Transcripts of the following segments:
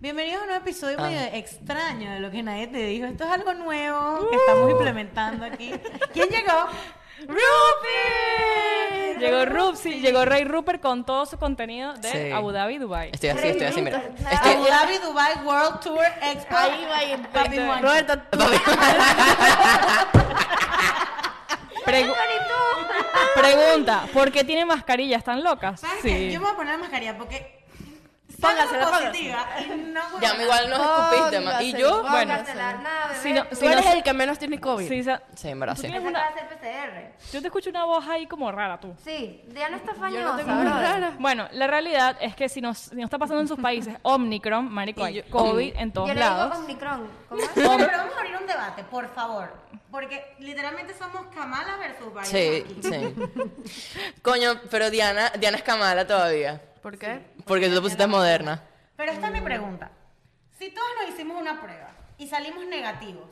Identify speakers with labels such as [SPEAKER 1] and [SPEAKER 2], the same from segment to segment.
[SPEAKER 1] Bienvenidos a un nuevo episodio medio extraño de lo que nadie te dijo. Esto es algo nuevo que estamos implementando aquí. ¿Quién llegó? ¡Rupi!
[SPEAKER 2] Llegó Rupsi, llegó Rey Rupert con todo su contenido de
[SPEAKER 3] Sí. Este-
[SPEAKER 2] Abu Dhabi, Dubai.
[SPEAKER 3] Estoy así, estoy así, mira. Estoy...
[SPEAKER 1] Abu Dhabi Dubai World Tour Expo.
[SPEAKER 4] Ahí va a ir
[SPEAKER 1] Papi Juancho.
[SPEAKER 4] Roberto, tú-
[SPEAKER 2] Pregu- Pregunta, ¿por qué tiene mascarilla? ¿Están locas?
[SPEAKER 1] ¿Sabes qué?
[SPEAKER 2] Sí.
[SPEAKER 1] Yo me voy a poner la mascarilla porque...
[SPEAKER 4] Póngasela,
[SPEAKER 1] salgo positiva y no voy
[SPEAKER 3] Ya,
[SPEAKER 1] a-
[SPEAKER 3] igual nos escupiste, ma. ¿Y yo?
[SPEAKER 2] Póngasela. Bueno. Si no-
[SPEAKER 4] Tú
[SPEAKER 2] si no
[SPEAKER 4] eres
[SPEAKER 2] se-
[SPEAKER 4] el que menos tiene COVID.
[SPEAKER 2] Sí, sa-
[SPEAKER 3] Sí, en verdad,
[SPEAKER 2] ¿Tú
[SPEAKER 3] sí.
[SPEAKER 2] tienes una-
[SPEAKER 5] hacer PCR.
[SPEAKER 2] Yo te escucho una voz ahí como rara tú.
[SPEAKER 5] Sí, ya no está
[SPEAKER 4] Yo
[SPEAKER 5] fañosa,
[SPEAKER 4] no tengo
[SPEAKER 5] brother.
[SPEAKER 4] una rara.
[SPEAKER 2] Bueno, la realidad es que si nos, si nos está pasando en sus países, Omnicron, marico, hay
[SPEAKER 3] Y yo-
[SPEAKER 2] COVID en
[SPEAKER 5] Yo
[SPEAKER 2] todos
[SPEAKER 5] le digo
[SPEAKER 2] lados.
[SPEAKER 5] Omicron. ¿Cómo es?
[SPEAKER 1] Bueno, pero vamos a abrir un debate, por favor. Porque literalmente somos Kamala versus Biden.
[SPEAKER 3] Sí,
[SPEAKER 1] aquí.
[SPEAKER 3] sí. Coño, pero Diana, Diana es Kamala todavía.
[SPEAKER 4] ¿Por qué?
[SPEAKER 3] Porque tú te pusiste moderna.
[SPEAKER 1] Pero esta es
[SPEAKER 2] Mm.
[SPEAKER 1] mi pregunta. Si todos nos hicimos una prueba y salimos negativos,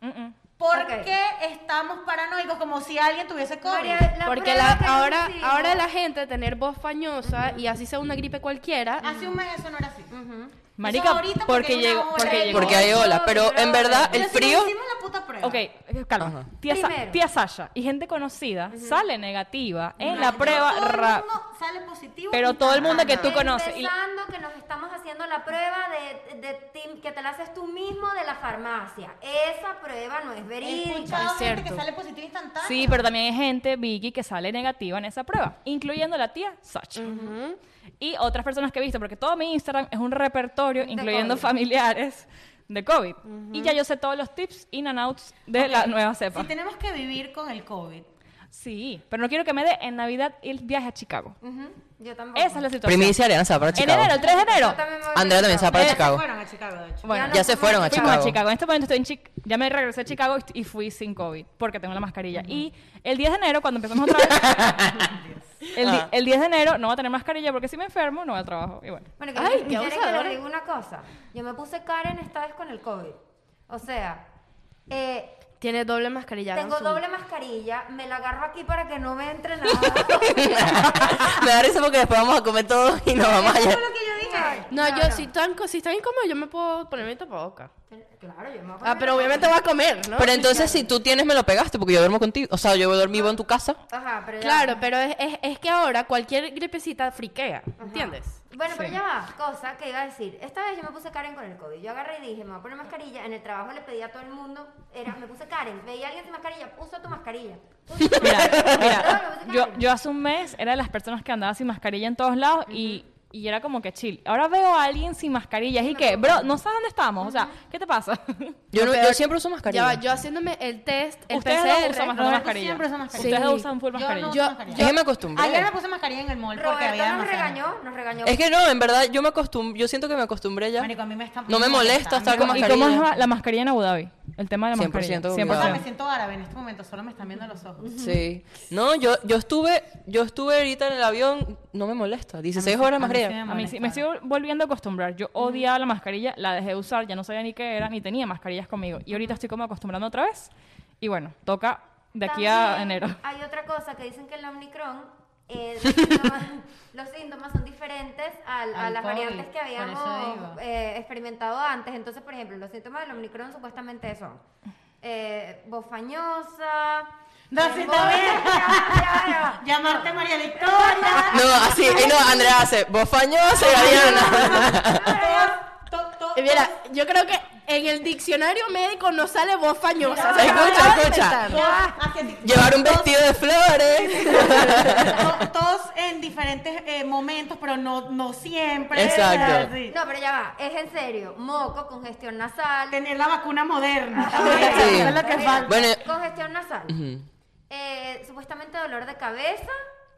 [SPEAKER 2] Mm, mm.
[SPEAKER 1] ¿por
[SPEAKER 5] Ok.
[SPEAKER 1] qué estamos paranoicos como si alguien tuviese COVID?
[SPEAKER 5] María, la
[SPEAKER 4] Porque
[SPEAKER 5] prueba
[SPEAKER 4] la-
[SPEAKER 5] que nos
[SPEAKER 4] ahora,
[SPEAKER 5] hicimos-
[SPEAKER 4] ahora la gente tener voz fañosa y así sea una gripe cualquiera.
[SPEAKER 5] Ah.
[SPEAKER 1] Hace un mes eso no era así.
[SPEAKER 2] Mm-hmm. Marica,
[SPEAKER 1] Eso ahorita
[SPEAKER 2] porque
[SPEAKER 1] hay una
[SPEAKER 2] llegó-
[SPEAKER 1] ola
[SPEAKER 2] porque
[SPEAKER 1] de
[SPEAKER 2] llegó-
[SPEAKER 3] Porque hay
[SPEAKER 5] Coño,
[SPEAKER 3] olas, pero en verdad
[SPEAKER 1] Pero
[SPEAKER 3] el
[SPEAKER 1] si nos
[SPEAKER 3] frío...
[SPEAKER 1] hicimos la puta prueba.
[SPEAKER 2] Ok, eh, calma.
[SPEAKER 3] Ajá.
[SPEAKER 2] Tía, Sa-
[SPEAKER 5] Primero.
[SPEAKER 2] tía Sasha y gente conocida sale negativa en la
[SPEAKER 1] No,
[SPEAKER 2] prueba
[SPEAKER 1] Todo el
[SPEAKER 2] ra-
[SPEAKER 1] mundo sale positivo.
[SPEAKER 2] Pero
[SPEAKER 1] y
[SPEAKER 2] todo el mundo que
[SPEAKER 1] nada.
[SPEAKER 2] tú conoces. Y-
[SPEAKER 5] Empezando que nos estamos haciendo la prueba de, de ti- que te la haces tú mismo de la farmacia. Esa prueba no es
[SPEAKER 1] He
[SPEAKER 5] verídica.
[SPEAKER 1] escuchado
[SPEAKER 4] Es
[SPEAKER 1] gente que
[SPEAKER 4] cierto.
[SPEAKER 1] sale positivo instantáneo.
[SPEAKER 2] Sí, pero también hay gente, Vicky, que sale negativa en esa prueba, incluyendo la tía Sasha. Y otras personas que he visto, porque todo mi Instagram es un repertorio, incluyendo familiares de COVID. Y ya yo sé todos los tips in and outs de la nueva cepa.
[SPEAKER 1] Si tenemos que vivir con el COVID,
[SPEAKER 2] Sí, pero no quiero que me dé en Navidad el viaje a Chicago.
[SPEAKER 5] Ujú, Yo tampoco.
[SPEAKER 2] Esa es la situación.
[SPEAKER 3] Primicia Ariana se va para
[SPEAKER 2] En
[SPEAKER 3] Chicago.
[SPEAKER 2] enero, el 3 de enero.
[SPEAKER 5] Yo también me voy
[SPEAKER 3] Andrea
[SPEAKER 5] a-
[SPEAKER 3] también se va para
[SPEAKER 2] Eh,
[SPEAKER 3] Chicago.
[SPEAKER 1] fueron a Chicago, de hecho.
[SPEAKER 2] Bueno,
[SPEAKER 5] no
[SPEAKER 3] Ya se fueron a
[SPEAKER 5] fui
[SPEAKER 2] Fuimos a
[SPEAKER 3] Chicago.
[SPEAKER 2] Chicago. En este momento estoy en Chicago. Ya me regresé a Chicago y- y fui sin COVID porque tengo la mascarilla. Y el 10 de enero, cuando empezamos otra vez, el, di-
[SPEAKER 3] Ah.
[SPEAKER 2] el 10 de enero no voy a tener mascarilla porque si me enfermo no voy al trabajo. Y bueno.
[SPEAKER 5] Bueno, que
[SPEAKER 4] Ay,
[SPEAKER 5] yo,
[SPEAKER 4] qué
[SPEAKER 5] quieren que les
[SPEAKER 4] abusadora.
[SPEAKER 5] digo una cosa. Yo me puse Karen esta vez con el COVID. O sea, eh,
[SPEAKER 4] Tiene doble mascarilla. hagan
[SPEAKER 5] tengo
[SPEAKER 4] su-
[SPEAKER 5] doble mascarilla, me la agarro aquí para que no me entre nada.
[SPEAKER 3] Me da risa porque después vamos a comer todo y nos vamos a
[SPEAKER 1] Eso
[SPEAKER 3] hallar.
[SPEAKER 1] es lo que yo dije.
[SPEAKER 4] No, yo si están, si están incómodos, yo me puedo poner mi tapaboca.
[SPEAKER 5] Claro, yo me voy a
[SPEAKER 4] Ah,
[SPEAKER 5] poner-
[SPEAKER 4] pero obviamente voy a comer, ¿no?
[SPEAKER 3] Pero entonces si tú tienes me lo pegaste porque yo duermo contigo. O sea, yo dormí vivo en tu casa.
[SPEAKER 5] Ajá, pero ya.
[SPEAKER 4] Claro, pero es, es, es que ahora cualquier gripecita friquea, ¿entiendes?
[SPEAKER 5] Bueno, pero
[SPEAKER 2] Sí.
[SPEAKER 5] ya va, cosa que iba a decir. Esta vez yo me puse Karen con el COVID. Yo agarré y dije, me voy a poner mascarilla. En el trabajo le pedí a todo el mundo, era, me puse Karen. Veía a alguien sin mascarilla, puso tu mascarilla. Puso tu
[SPEAKER 2] Mira,
[SPEAKER 5] mascarilla. Luego me
[SPEAKER 2] mira,
[SPEAKER 5] puse
[SPEAKER 2] yo,
[SPEAKER 5] Karen.
[SPEAKER 2] yo hace un mes era de las personas que andaba sin mascarilla en todos lados y, y era como que chill. Ahora veo a alguien sin mascarilla y que, bro, no sabes dónde estamos. O sea, ¿qué te pasa?
[SPEAKER 3] Yo, no,
[SPEAKER 4] Lo
[SPEAKER 3] yo
[SPEAKER 4] peor-
[SPEAKER 3] siempre uso
[SPEAKER 4] Ya va,
[SPEAKER 3] mascarilla.
[SPEAKER 4] yo haciéndome el test, el
[SPEAKER 2] Ustedes
[SPEAKER 4] PCR.
[SPEAKER 2] no usan más-
[SPEAKER 1] Roberto
[SPEAKER 2] mascarilla.
[SPEAKER 1] siempre usa mascarilla.
[SPEAKER 2] Ustedes
[SPEAKER 4] Sí.
[SPEAKER 2] usan full
[SPEAKER 1] Yo
[SPEAKER 2] mascarilla.
[SPEAKER 1] no-
[SPEAKER 4] Yo,
[SPEAKER 1] mascarilla.
[SPEAKER 3] Yo me acostumbré.
[SPEAKER 1] Ayer me puse mascarilla en el mall porque había
[SPEAKER 5] Roberto nos
[SPEAKER 1] demasiada gente.
[SPEAKER 5] regañó, nos regañó.
[SPEAKER 3] Es que no, en verdad yo me acostumbré, yo siento que me acostumbré ya.
[SPEAKER 1] Marico, a mí me está-
[SPEAKER 3] No me molesta estar con
[SPEAKER 1] A mí
[SPEAKER 2] ¿Y
[SPEAKER 3] mascarilla.
[SPEAKER 2] cómo es la- la mascarilla en Abu Dhabi? El tema de la
[SPEAKER 3] 100%
[SPEAKER 2] mascarilla.
[SPEAKER 1] O sea,
[SPEAKER 3] obligado.
[SPEAKER 1] me siento árabe en este momento, solo me están viendo los ojos.
[SPEAKER 3] Sí. No, yo, yo estuve, yo estuve ahorita en el avión, no me molesta. 16
[SPEAKER 1] a
[SPEAKER 3] horas
[SPEAKER 1] mí sí
[SPEAKER 3] mascarilla.
[SPEAKER 2] A mí sí, me estoy volviendo a acostumbrar. Yo odiaba la mascarilla, la dejé de usar, ya no sabía ni qué era, ni tenía mascarillas conmigo. Y ahorita estoy como acostumbrando otra vez. Y bueno, toca de aquí a
[SPEAKER 5] También
[SPEAKER 2] enero.
[SPEAKER 5] Hay otra cosa que dicen que el Omicron, eh, los, síntomas, los síntomas son diferentes al- a
[SPEAKER 1] Al
[SPEAKER 5] las
[SPEAKER 1] COVID,
[SPEAKER 5] variantes que
[SPEAKER 1] por eso
[SPEAKER 5] habíamos
[SPEAKER 1] digo.
[SPEAKER 5] eh, experimentado antes. Entonces, por ejemplo, los síntomas del Omicron supuestamente son eh, bofañosa.
[SPEAKER 1] No, sí, está bien.
[SPEAKER 5] bien.
[SPEAKER 1] Llamarte María Victoria.
[SPEAKER 3] No, así, eh, no, Andrea hace, vos fañosa y Ariana.
[SPEAKER 1] To- to-
[SPEAKER 4] Eh, Mira, yo creo que en el diccionario médico no sale voz fañosa.
[SPEAKER 3] Escucha,
[SPEAKER 4] Lo acabo de
[SPEAKER 3] escucha.
[SPEAKER 4] inventar.
[SPEAKER 1] todos hacia ti.
[SPEAKER 3] Llevar un vestido de flores.
[SPEAKER 1] To- Todos en diferentes eh, momentos, pero no, no siempre.
[SPEAKER 3] Exacto.
[SPEAKER 1] Sí.
[SPEAKER 5] No, pero ya va, es en serio. Moco, congestión nasal.
[SPEAKER 1] Tener la vacuna moderna.
[SPEAKER 3] Sí.
[SPEAKER 1] Eso es lo que falta.
[SPEAKER 3] Bueno,
[SPEAKER 5] Congestión nasal.
[SPEAKER 3] Ujú.
[SPEAKER 5] Eh, supuestamente dolor de cabeza,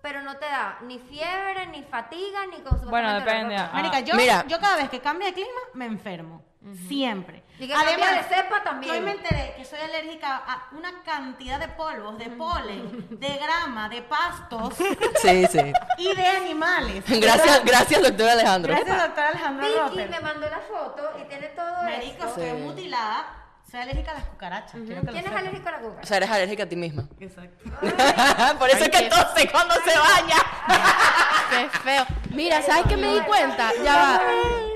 [SPEAKER 5] pero no te da ni fiebre, ni fatiga, ni con
[SPEAKER 2] Bueno,
[SPEAKER 5] supuestamente dolor
[SPEAKER 2] depende,
[SPEAKER 5] de cabeza.
[SPEAKER 2] ah.
[SPEAKER 1] Marica, yo,
[SPEAKER 3] Mira.
[SPEAKER 1] yo cada vez que cambia de clima me enfermo. Siempre.
[SPEAKER 5] Y que cambia de cepa también.
[SPEAKER 1] Hoy me enteré que soy alérgica a una cantidad de polvos, de polen, de grama, de pastos
[SPEAKER 3] sí, sí.
[SPEAKER 1] y de animales.
[SPEAKER 3] Gracias, gracias, doctor Alejandro.
[SPEAKER 1] Gracias, doctora Alejandra
[SPEAKER 5] Vicky
[SPEAKER 1] López.
[SPEAKER 5] me mandó la foto y tiene todo
[SPEAKER 1] Marico,
[SPEAKER 5] esto.
[SPEAKER 1] estoy mutilada. Soy alérgica a las cucarachas. quiero que lo
[SPEAKER 5] ¿Quién es
[SPEAKER 1] sepan.
[SPEAKER 5] alérgico a la cuca?
[SPEAKER 3] O sea, eres alérgica a ti misma.
[SPEAKER 1] Exacto.
[SPEAKER 3] Por eso es que entonces cuando se baña.
[SPEAKER 4] Qué feo. Mira, ¿sabes qué me di cuenta? Ya va.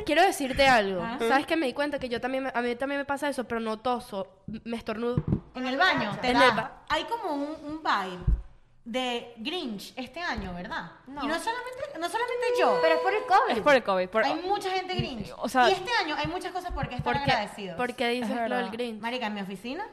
[SPEAKER 4] quiero decirte algo.
[SPEAKER 1] Ah.
[SPEAKER 4] ¿Sabes que Me di cuenta que yo también, me- a mí también me pasa eso, pero no toso, m- me estornudo.
[SPEAKER 1] En el baño, te
[SPEAKER 4] En
[SPEAKER 1] da-
[SPEAKER 4] el ba-
[SPEAKER 1] hay como un, un vibe de Grinch este año, ¿verdad?
[SPEAKER 5] No.
[SPEAKER 1] Y no solamente, no solamente yo.
[SPEAKER 5] Pero es por el COVID.
[SPEAKER 2] Es por el COVID. por-
[SPEAKER 1] hay mucha gente Grinch.
[SPEAKER 2] O sea-
[SPEAKER 1] y este año hay muchas cosas porque están
[SPEAKER 4] Porque,
[SPEAKER 1] agradecidos.
[SPEAKER 4] porque dices lo
[SPEAKER 2] verdad.
[SPEAKER 4] del Grinch.
[SPEAKER 1] Marica, en mi oficina,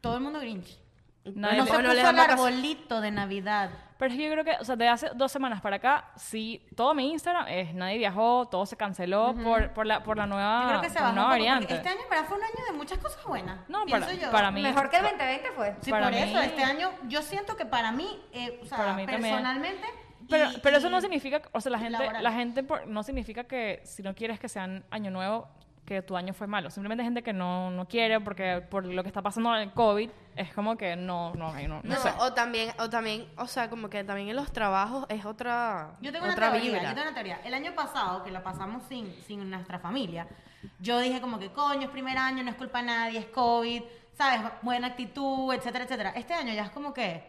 [SPEAKER 1] todo el mundo Grinch.
[SPEAKER 2] Nadie
[SPEAKER 1] no
[SPEAKER 2] le-
[SPEAKER 1] se
[SPEAKER 4] no le
[SPEAKER 1] puso
[SPEAKER 4] dan
[SPEAKER 1] el
[SPEAKER 4] vacaciones.
[SPEAKER 1] arbolito de Navidad.
[SPEAKER 2] Pero es que yo creo que, o sea, desde hace dos semanas para acá, sí, todo mi Instagram es nadie viajó, todo se canceló por, por, la, por la nueva,
[SPEAKER 1] yo creo que se
[SPEAKER 2] por
[SPEAKER 1] bajó
[SPEAKER 2] la
[SPEAKER 1] un
[SPEAKER 2] nueva
[SPEAKER 1] poco, porque
[SPEAKER 2] Ah, variante.
[SPEAKER 1] Este año para fue un año de muchas cosas buenas.
[SPEAKER 2] No,
[SPEAKER 1] pienso
[SPEAKER 2] para-
[SPEAKER 1] yo.
[SPEAKER 2] para mí-
[SPEAKER 5] Mejor que el 2020 fue.
[SPEAKER 1] Sí,
[SPEAKER 2] para
[SPEAKER 1] por eso,
[SPEAKER 2] mí-
[SPEAKER 1] este año yo siento que para mí, eh, o sea,
[SPEAKER 2] Para mí también.
[SPEAKER 1] personalmente... y-
[SPEAKER 2] Pero, pero eso no
[SPEAKER 1] y-
[SPEAKER 2] significa, o sea, la gente,
[SPEAKER 1] laboral.
[SPEAKER 2] la gente por- no significa que si no quieres que sean año nuevo, que tu año fue malo. Simplemente hay gente que no, no quiere porque por lo que está pasando en el COVID, es como que no, no, no, no,
[SPEAKER 4] No,
[SPEAKER 2] sé.
[SPEAKER 4] o también, o también, o sea, como que también en los trabajos es otra,
[SPEAKER 1] Yo tengo una
[SPEAKER 4] otra
[SPEAKER 1] teoría,
[SPEAKER 4] vibra.
[SPEAKER 1] yo tengo una teoría. El año pasado, que lo pasamos sin, sin nuestra familia, yo dije como que, coño, es primer año, no es culpa de nadie, es COVID, ¿sabes? Buena actitud, etcétera, etcétera. Este año ya es como que,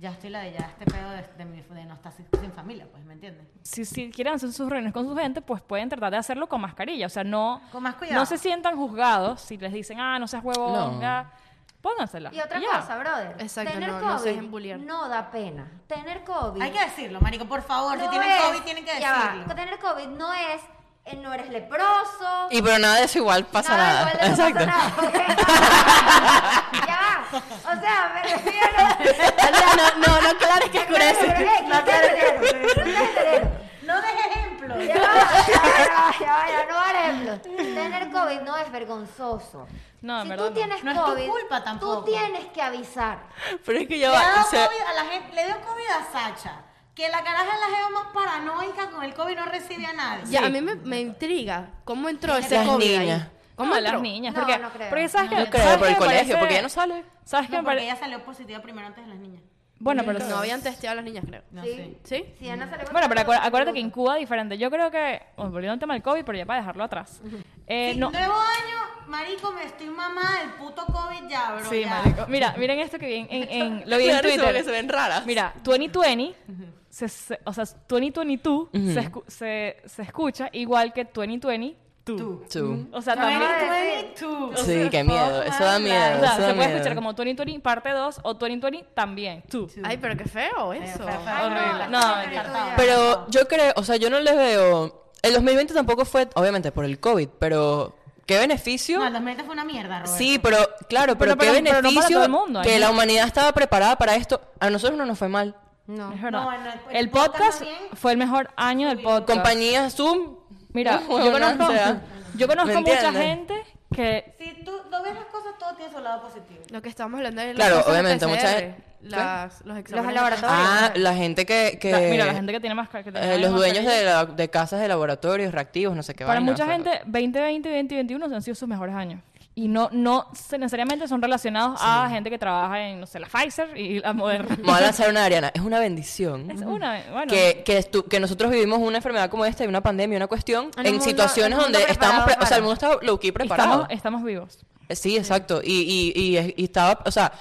[SPEAKER 1] ya estoy la de ya, este pedo de, de mi- de no estar sin, sin familia, pues, ¿me entiendes?
[SPEAKER 2] si, si quieren hacer sus reuniones con su gente, pues pueden tratar de hacerlo con mascarilla. O sea, no,
[SPEAKER 1] Con más cuidado.
[SPEAKER 2] no se sientan juzgados si les dicen, ah, no seas huevón,
[SPEAKER 3] No.
[SPEAKER 2] ya". póngansela.
[SPEAKER 5] Y otra
[SPEAKER 2] ya.
[SPEAKER 5] cosa, brother.
[SPEAKER 4] Exacto,
[SPEAKER 5] tener
[SPEAKER 4] no,
[SPEAKER 5] COVID
[SPEAKER 4] no se dejen bullear.
[SPEAKER 5] no da pena. Tener COVID.
[SPEAKER 1] Hay que decirlo, marico, por favor, si
[SPEAKER 5] no
[SPEAKER 1] tienen
[SPEAKER 5] es-
[SPEAKER 1] COVID tienen que
[SPEAKER 5] ya va,
[SPEAKER 1] decirlo.
[SPEAKER 5] Tener COVID no es, eh, no eres leproso.
[SPEAKER 3] Y pero nada de eso igual pasa nada.
[SPEAKER 5] igual de eso
[SPEAKER 3] Exacto.
[SPEAKER 5] pasa nada. ya va. O sea, me refiero.
[SPEAKER 4] Andrea, no, no, no aclares que
[SPEAKER 5] Claro,
[SPEAKER 4] oscurece. No
[SPEAKER 5] pero, ¿qué?
[SPEAKER 4] aclares
[SPEAKER 5] ¿Qué
[SPEAKER 4] que
[SPEAKER 5] te entendieron?
[SPEAKER 1] No des ejemplos.
[SPEAKER 5] Ya va, ya va, ya va, ya va, no vale ejemplo. Tener COVID no es vergonzoso.
[SPEAKER 2] No, en
[SPEAKER 5] si
[SPEAKER 2] verdad
[SPEAKER 5] tú
[SPEAKER 2] no.
[SPEAKER 5] tienes
[SPEAKER 1] No es tu
[SPEAKER 5] COVID,
[SPEAKER 1] culpa tampoco.
[SPEAKER 5] tú tienes que avisar.
[SPEAKER 3] Pero es que ya
[SPEAKER 1] Le ha
[SPEAKER 3] va.
[SPEAKER 1] dado
[SPEAKER 3] se-
[SPEAKER 1] COVID a la gente, le dio COVID a Sacha, que la caraja es la jeva más paranoica con el COVID no recibe a nadie.
[SPEAKER 4] Ya, a mí me, me intriga cómo entró ese
[SPEAKER 3] Las
[SPEAKER 4] COVID ahí.
[SPEAKER 3] niñas.
[SPEAKER 4] ¿Cómo
[SPEAKER 2] No,
[SPEAKER 4] entró?
[SPEAKER 2] las niñas.
[SPEAKER 5] No,
[SPEAKER 2] Porque,
[SPEAKER 5] no creo.
[SPEAKER 2] porque sabes que.
[SPEAKER 3] Yo creo,
[SPEAKER 2] ¿sabes
[SPEAKER 3] por
[SPEAKER 2] qué
[SPEAKER 3] el
[SPEAKER 2] me
[SPEAKER 3] colegio,
[SPEAKER 2] parece-
[SPEAKER 3] porque ella no sale.
[SPEAKER 2] ¿Sabes qué
[SPEAKER 1] No, porque
[SPEAKER 2] me parece?
[SPEAKER 1] ella salió positiva primero antes de las niñas.
[SPEAKER 2] Bueno, pero.
[SPEAKER 4] No habían testeado a las niñas, creo.
[SPEAKER 1] No sé.
[SPEAKER 5] sí.
[SPEAKER 4] ¿Sí?
[SPEAKER 5] Si ya no sale
[SPEAKER 2] Bueno, pero acuérdate, acuérdate que en Cuba es diferente. Yo creo que. Bueno, volviendo al tema del COVID, pero ya para dejarlo atrás. Eh,
[SPEAKER 1] Sí,
[SPEAKER 2] no.
[SPEAKER 1] Nuevo año, marico, me estoy mamá del puto COVID ya, bro.
[SPEAKER 2] Sí,
[SPEAKER 1] ya.
[SPEAKER 2] marico. Mira, miren esto que vi en, en- en- lo vi en
[SPEAKER 3] Claro, eso, porque
[SPEAKER 2] Twitter.
[SPEAKER 3] se ven raras.
[SPEAKER 2] Mira, 2020, se, se- o sea, 2022 se, escu- se, se escucha igual que 2020.
[SPEAKER 1] Tú.
[SPEAKER 3] Tú.
[SPEAKER 2] O sea,
[SPEAKER 1] Tú eres
[SPEAKER 2] también.
[SPEAKER 1] tú,
[SPEAKER 5] Ay, sí.
[SPEAKER 1] eres tú.
[SPEAKER 3] Sí, qué miedo. Eso da miedo.
[SPEAKER 2] O sea,
[SPEAKER 3] eso da
[SPEAKER 2] se puede
[SPEAKER 3] miedo.
[SPEAKER 2] escuchar como 2020 parte 2 o 2020 también. Tú.
[SPEAKER 4] Ay, pero qué feo eso.
[SPEAKER 1] Fue- fue
[SPEAKER 5] Ay, no,
[SPEAKER 1] horrible.
[SPEAKER 5] no,
[SPEAKER 2] No,
[SPEAKER 5] no,
[SPEAKER 1] descartado.
[SPEAKER 5] no, no.
[SPEAKER 3] Pero yo creo, o sea, yo no le veo. El 2020 tampoco fue, obviamente, por el COVID, pero qué beneficio.
[SPEAKER 1] No, el 2020 fue una mierda, Roberto.
[SPEAKER 3] Sí, pero claro, pero, qué
[SPEAKER 2] Pero- pero- pero no para
[SPEAKER 3] beneficio
[SPEAKER 2] todo el mundo,
[SPEAKER 3] que
[SPEAKER 2] hay
[SPEAKER 3] la
[SPEAKER 2] gente-
[SPEAKER 3] humanidad estaba preparada para esto. A nosotros no nos fue mal.
[SPEAKER 5] No.
[SPEAKER 2] Es verdad.
[SPEAKER 1] No, en el-
[SPEAKER 2] el,
[SPEAKER 1] más
[SPEAKER 2] podcast,
[SPEAKER 1] bien-
[SPEAKER 2] fue el mejor año del podcast.
[SPEAKER 3] Compañía Zoom.
[SPEAKER 2] Mira,
[SPEAKER 3] no,
[SPEAKER 2] yo
[SPEAKER 3] no,
[SPEAKER 2] conozco,
[SPEAKER 3] o sea,
[SPEAKER 2] yo
[SPEAKER 3] ¿me
[SPEAKER 2] conozco mucha
[SPEAKER 3] entiendes?
[SPEAKER 2] gente que
[SPEAKER 1] Si tú no ves las cosas, todo tiene su lado positivo.
[SPEAKER 4] Lo que estamos hablando es
[SPEAKER 3] Claro,
[SPEAKER 4] las cosas
[SPEAKER 3] obviamente,
[SPEAKER 4] PCR,
[SPEAKER 3] mucha gente-
[SPEAKER 4] Las, los exámenes.
[SPEAKER 5] Los laboratorios.
[SPEAKER 3] Ah, la gente que. que
[SPEAKER 2] la- mira, la gente que tiene más que tiene
[SPEAKER 3] eh, los
[SPEAKER 2] más
[SPEAKER 3] dueños de,
[SPEAKER 2] mascarilla.
[SPEAKER 3] la- de casas de laboratorios, reactivos, no sé qué.
[SPEAKER 2] Para
[SPEAKER 3] vaina,
[SPEAKER 2] mucha
[SPEAKER 3] o sea,
[SPEAKER 2] gente 2020 y 2021 han sido sus mejores años. Y no no se- necesariamente son relacionados a gente que trabaja en no sé, la Pfizer y la Moderna.
[SPEAKER 3] Me voy a lanzar una de Ariana. Es una bendición.
[SPEAKER 2] es una, bueno,
[SPEAKER 3] que, que, estu- que nosotros vivimos una enfermedad como esta, y una pandemia, una cuestión,
[SPEAKER 5] En un
[SPEAKER 3] en
[SPEAKER 5] mundo- en
[SPEAKER 3] situaciones
[SPEAKER 5] un mundo
[SPEAKER 3] donde estamos,
[SPEAKER 5] preparado,
[SPEAKER 3] pre- o sea, el mundo
[SPEAKER 5] claro.
[SPEAKER 3] está low-key preparado.
[SPEAKER 2] estamos, estamos vivos.
[SPEAKER 3] Eh, Sí, exacto. Y, y, y, y estaba, o sea,